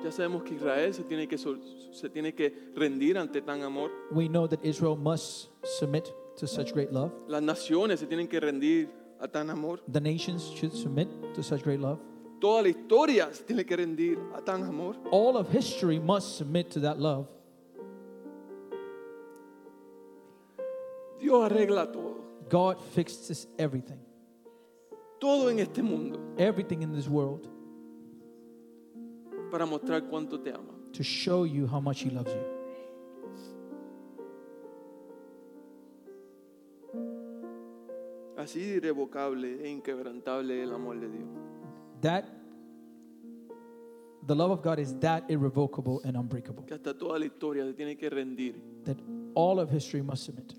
Ya sabemos que Israel se tiene que, sol- se tiene que rendir ante tan amor, We know that Israel must submit to such great love. Las naciones se tienen que rendir a tan amor. The nations should submit to such great love. Toda la historia se tiene que rendir a tan amor. All of history must submit to that love. Dios arregla todo. God fixes everything, Todo en este mundo everything in this world, para mostrar cuánto te ama. to show you how much He loves you. Así de irrevocable e inquebrantable el amor de Dios. That the love of God is that irrevocable and unbreakable Que hasta toda la historia se tiene que rendir. that all of history must submit.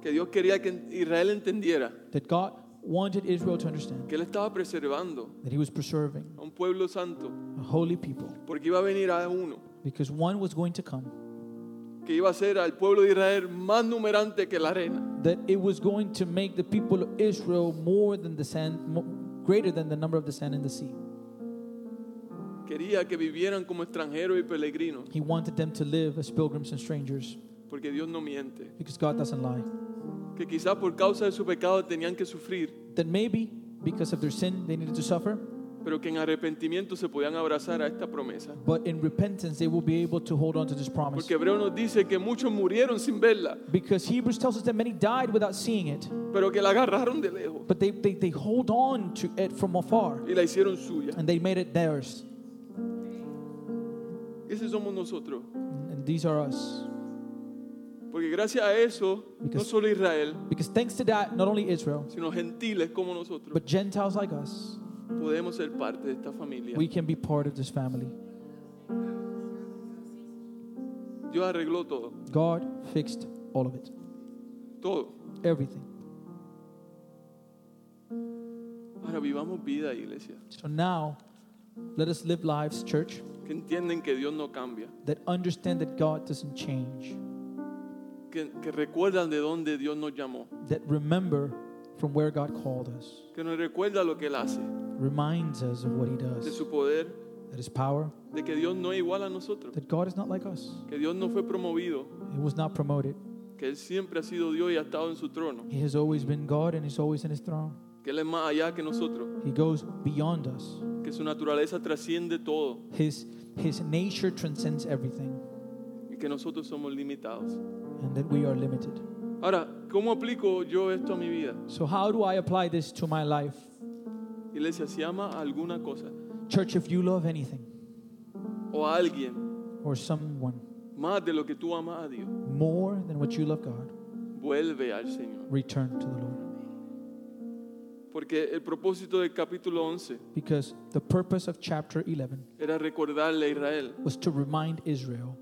Que Dios quería que Israel entendiera That God wanted Israel to understand que Él estaba preservando that He was preserving a un pueblo santo. a holy people Porque iba a venir a uno because one was going to come que iba a ser al pueblo de Israel más numerante que la arena. that it was going to make the people of Israel more than the sand, mo- greater than the number of the sand in the sea. Quería que vivieran como extranjeros y peregrinos. He wanted them to live as pilgrims and strangers Porque Dios no miente. because God doesn't lie. Que quizás por causa de su pecado tenían que sufrir. That maybe because of their sin they needed to suffer, Pero que en arrepentimiento se podían abrazar a esta promesa. but in repentance they will be able to hold on to this promise. Porque Hebreo nos dice que muchos murieron sin verla. Because Hebrews tells us that many died without seeing it, Pero que la agarraron de lejos. but they, they, they hold on to it from afar Y la hicieron suya. and they made it theirs. Ese somos nosotros. And these are us. Porque gracias a eso, no Because- solo Israel, Because thanks to that, not only Israel, sino gentiles como nosotros, but Gentiles like us, podemos ser parte de esta familia. we can be part of this family. Dios arregló todo. God fixed all of it, Todo. everything. Ahora vivamos vida, iglesia. So now, let us live lives, church, que entienden que Dios no cambia, that understand that God doesn't change, que, que recuerdan de dónde Dios nos llamó, that remember from where God called us, que nos recuerda lo que Él hace, reminds us of what He de does, su poder, that His power, de que Dios no es igual a nosotros, that God is not like us. que Dios no fue promovido, He was not promoted. que Él siempre ha sido Dios y ha estado en su trono, He has always been God and He's always in His throne. que Él es más allá que nosotros, He goes beyond us. que su naturaleza trasciende todo His, his nature transcends everything y que nosotros somos limitados. and that we are limited. Ahora, ¿cómo aplico yo esto a mi vida? So, how do I apply this to my life? Iglesia, si ama a alguna cosa Church, if you love anything o a alguien or someone más de lo que tú amas a Dios, more than what you love God, vuelve al Señor. return to the Lord. Porque el propósito del capítulo 11 Because the purpose of chapter 11 era recordarle a Israel was to remind Israel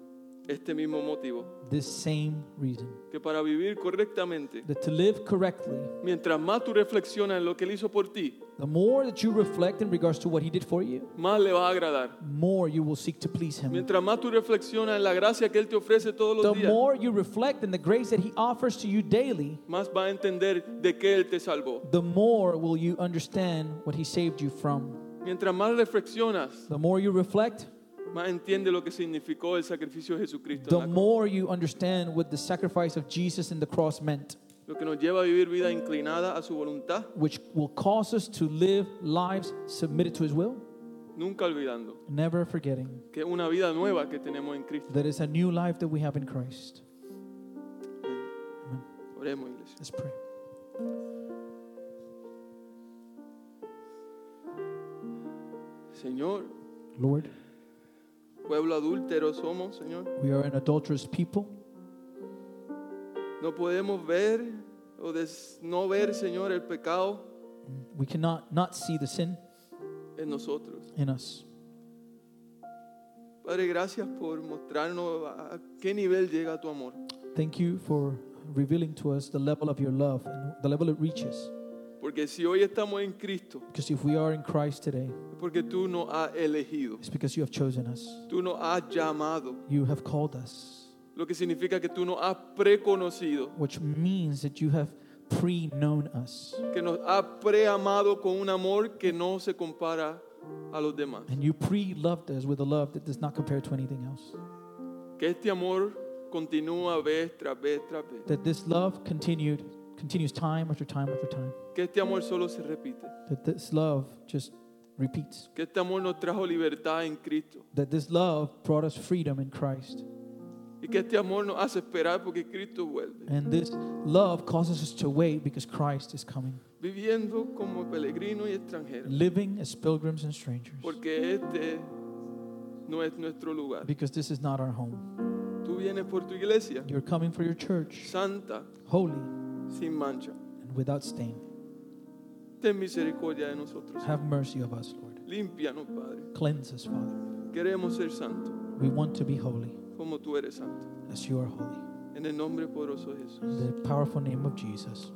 este mismo motivo, this same reason que para vivir correctamente, that to live correctly, mientras más tú reflexionas en lo que él hizo por ti, the more that you reflect in regards to what He did for you, más le va a agradar. more you will seek to please Him. Mientras más tú reflexionas en la gracia que él te ofrece todos los The días, more you reflect in the grace that He offers to you daily, más va a entender de qué él te salvó. the more will you understand what He saved you from. Mientras más reflexionas, The more you reflect, más entiende lo que significó el sacrificio de Jesucristo, the en la cruz, more you understand what the sacrifice of Jesus in the cross meant, lo que nos lleva a vivir vida inclinada a su voluntad, which will cause us to live lives submitted to His will, nunca olvidando never forgetting que es una vida nueva que tenemos en Cristo. that it's a new life that we have in Christ. Oremos, iglesia. Let's pray. Señor, Lord, pueblo adúltero somos, Señor. we are an adulterous people. No podemos ver o des- no ver, Señor, el pecado We cannot not see the sin en nosotros. in us. Padre, gracias por mostrarnos a a qué nivel llega tu amor. Thank you for revealing to us the level of your love and the level it reaches. Porque si hoy estamos en Cristo, Because if we are in Christ today, es porque tú nos has elegido, it's because you have chosen us. tú nos has llamado, You have called us, lo que significa que tú nos has preconocido, which means that you have pre known us que nos has preamado con un amor que no se compara a los demás. and you pre loved us with a love that does not compare to anything else. Que este amor continúa vez tras vez tras vez. that this love continued continues time after time after time Que este amor solo se repite. that this love just repeats Que este amor nos trajo libertad en Cristo. that this love brought us freedom in Christ Y que este amor nos hace esperar porque Cristo vuelve. and this love causes us to wait because Christ is coming Viviendo como peregrinos y extranjeros. living as pilgrims and strangers Porque este no es nuestro lugar. because this is not our home Tú vienes por tu iglesia. you're coming for your church Santa, holy sin mancha. and without stain Ten misericordia de nosotros. have mercy of us Lord Límpianos, Padre. cleanse us Father Queremos ser santos we want to be holy como tú eres santo. as you are holy En el nombre poderoso de Jesús. in the powerful name of Jesus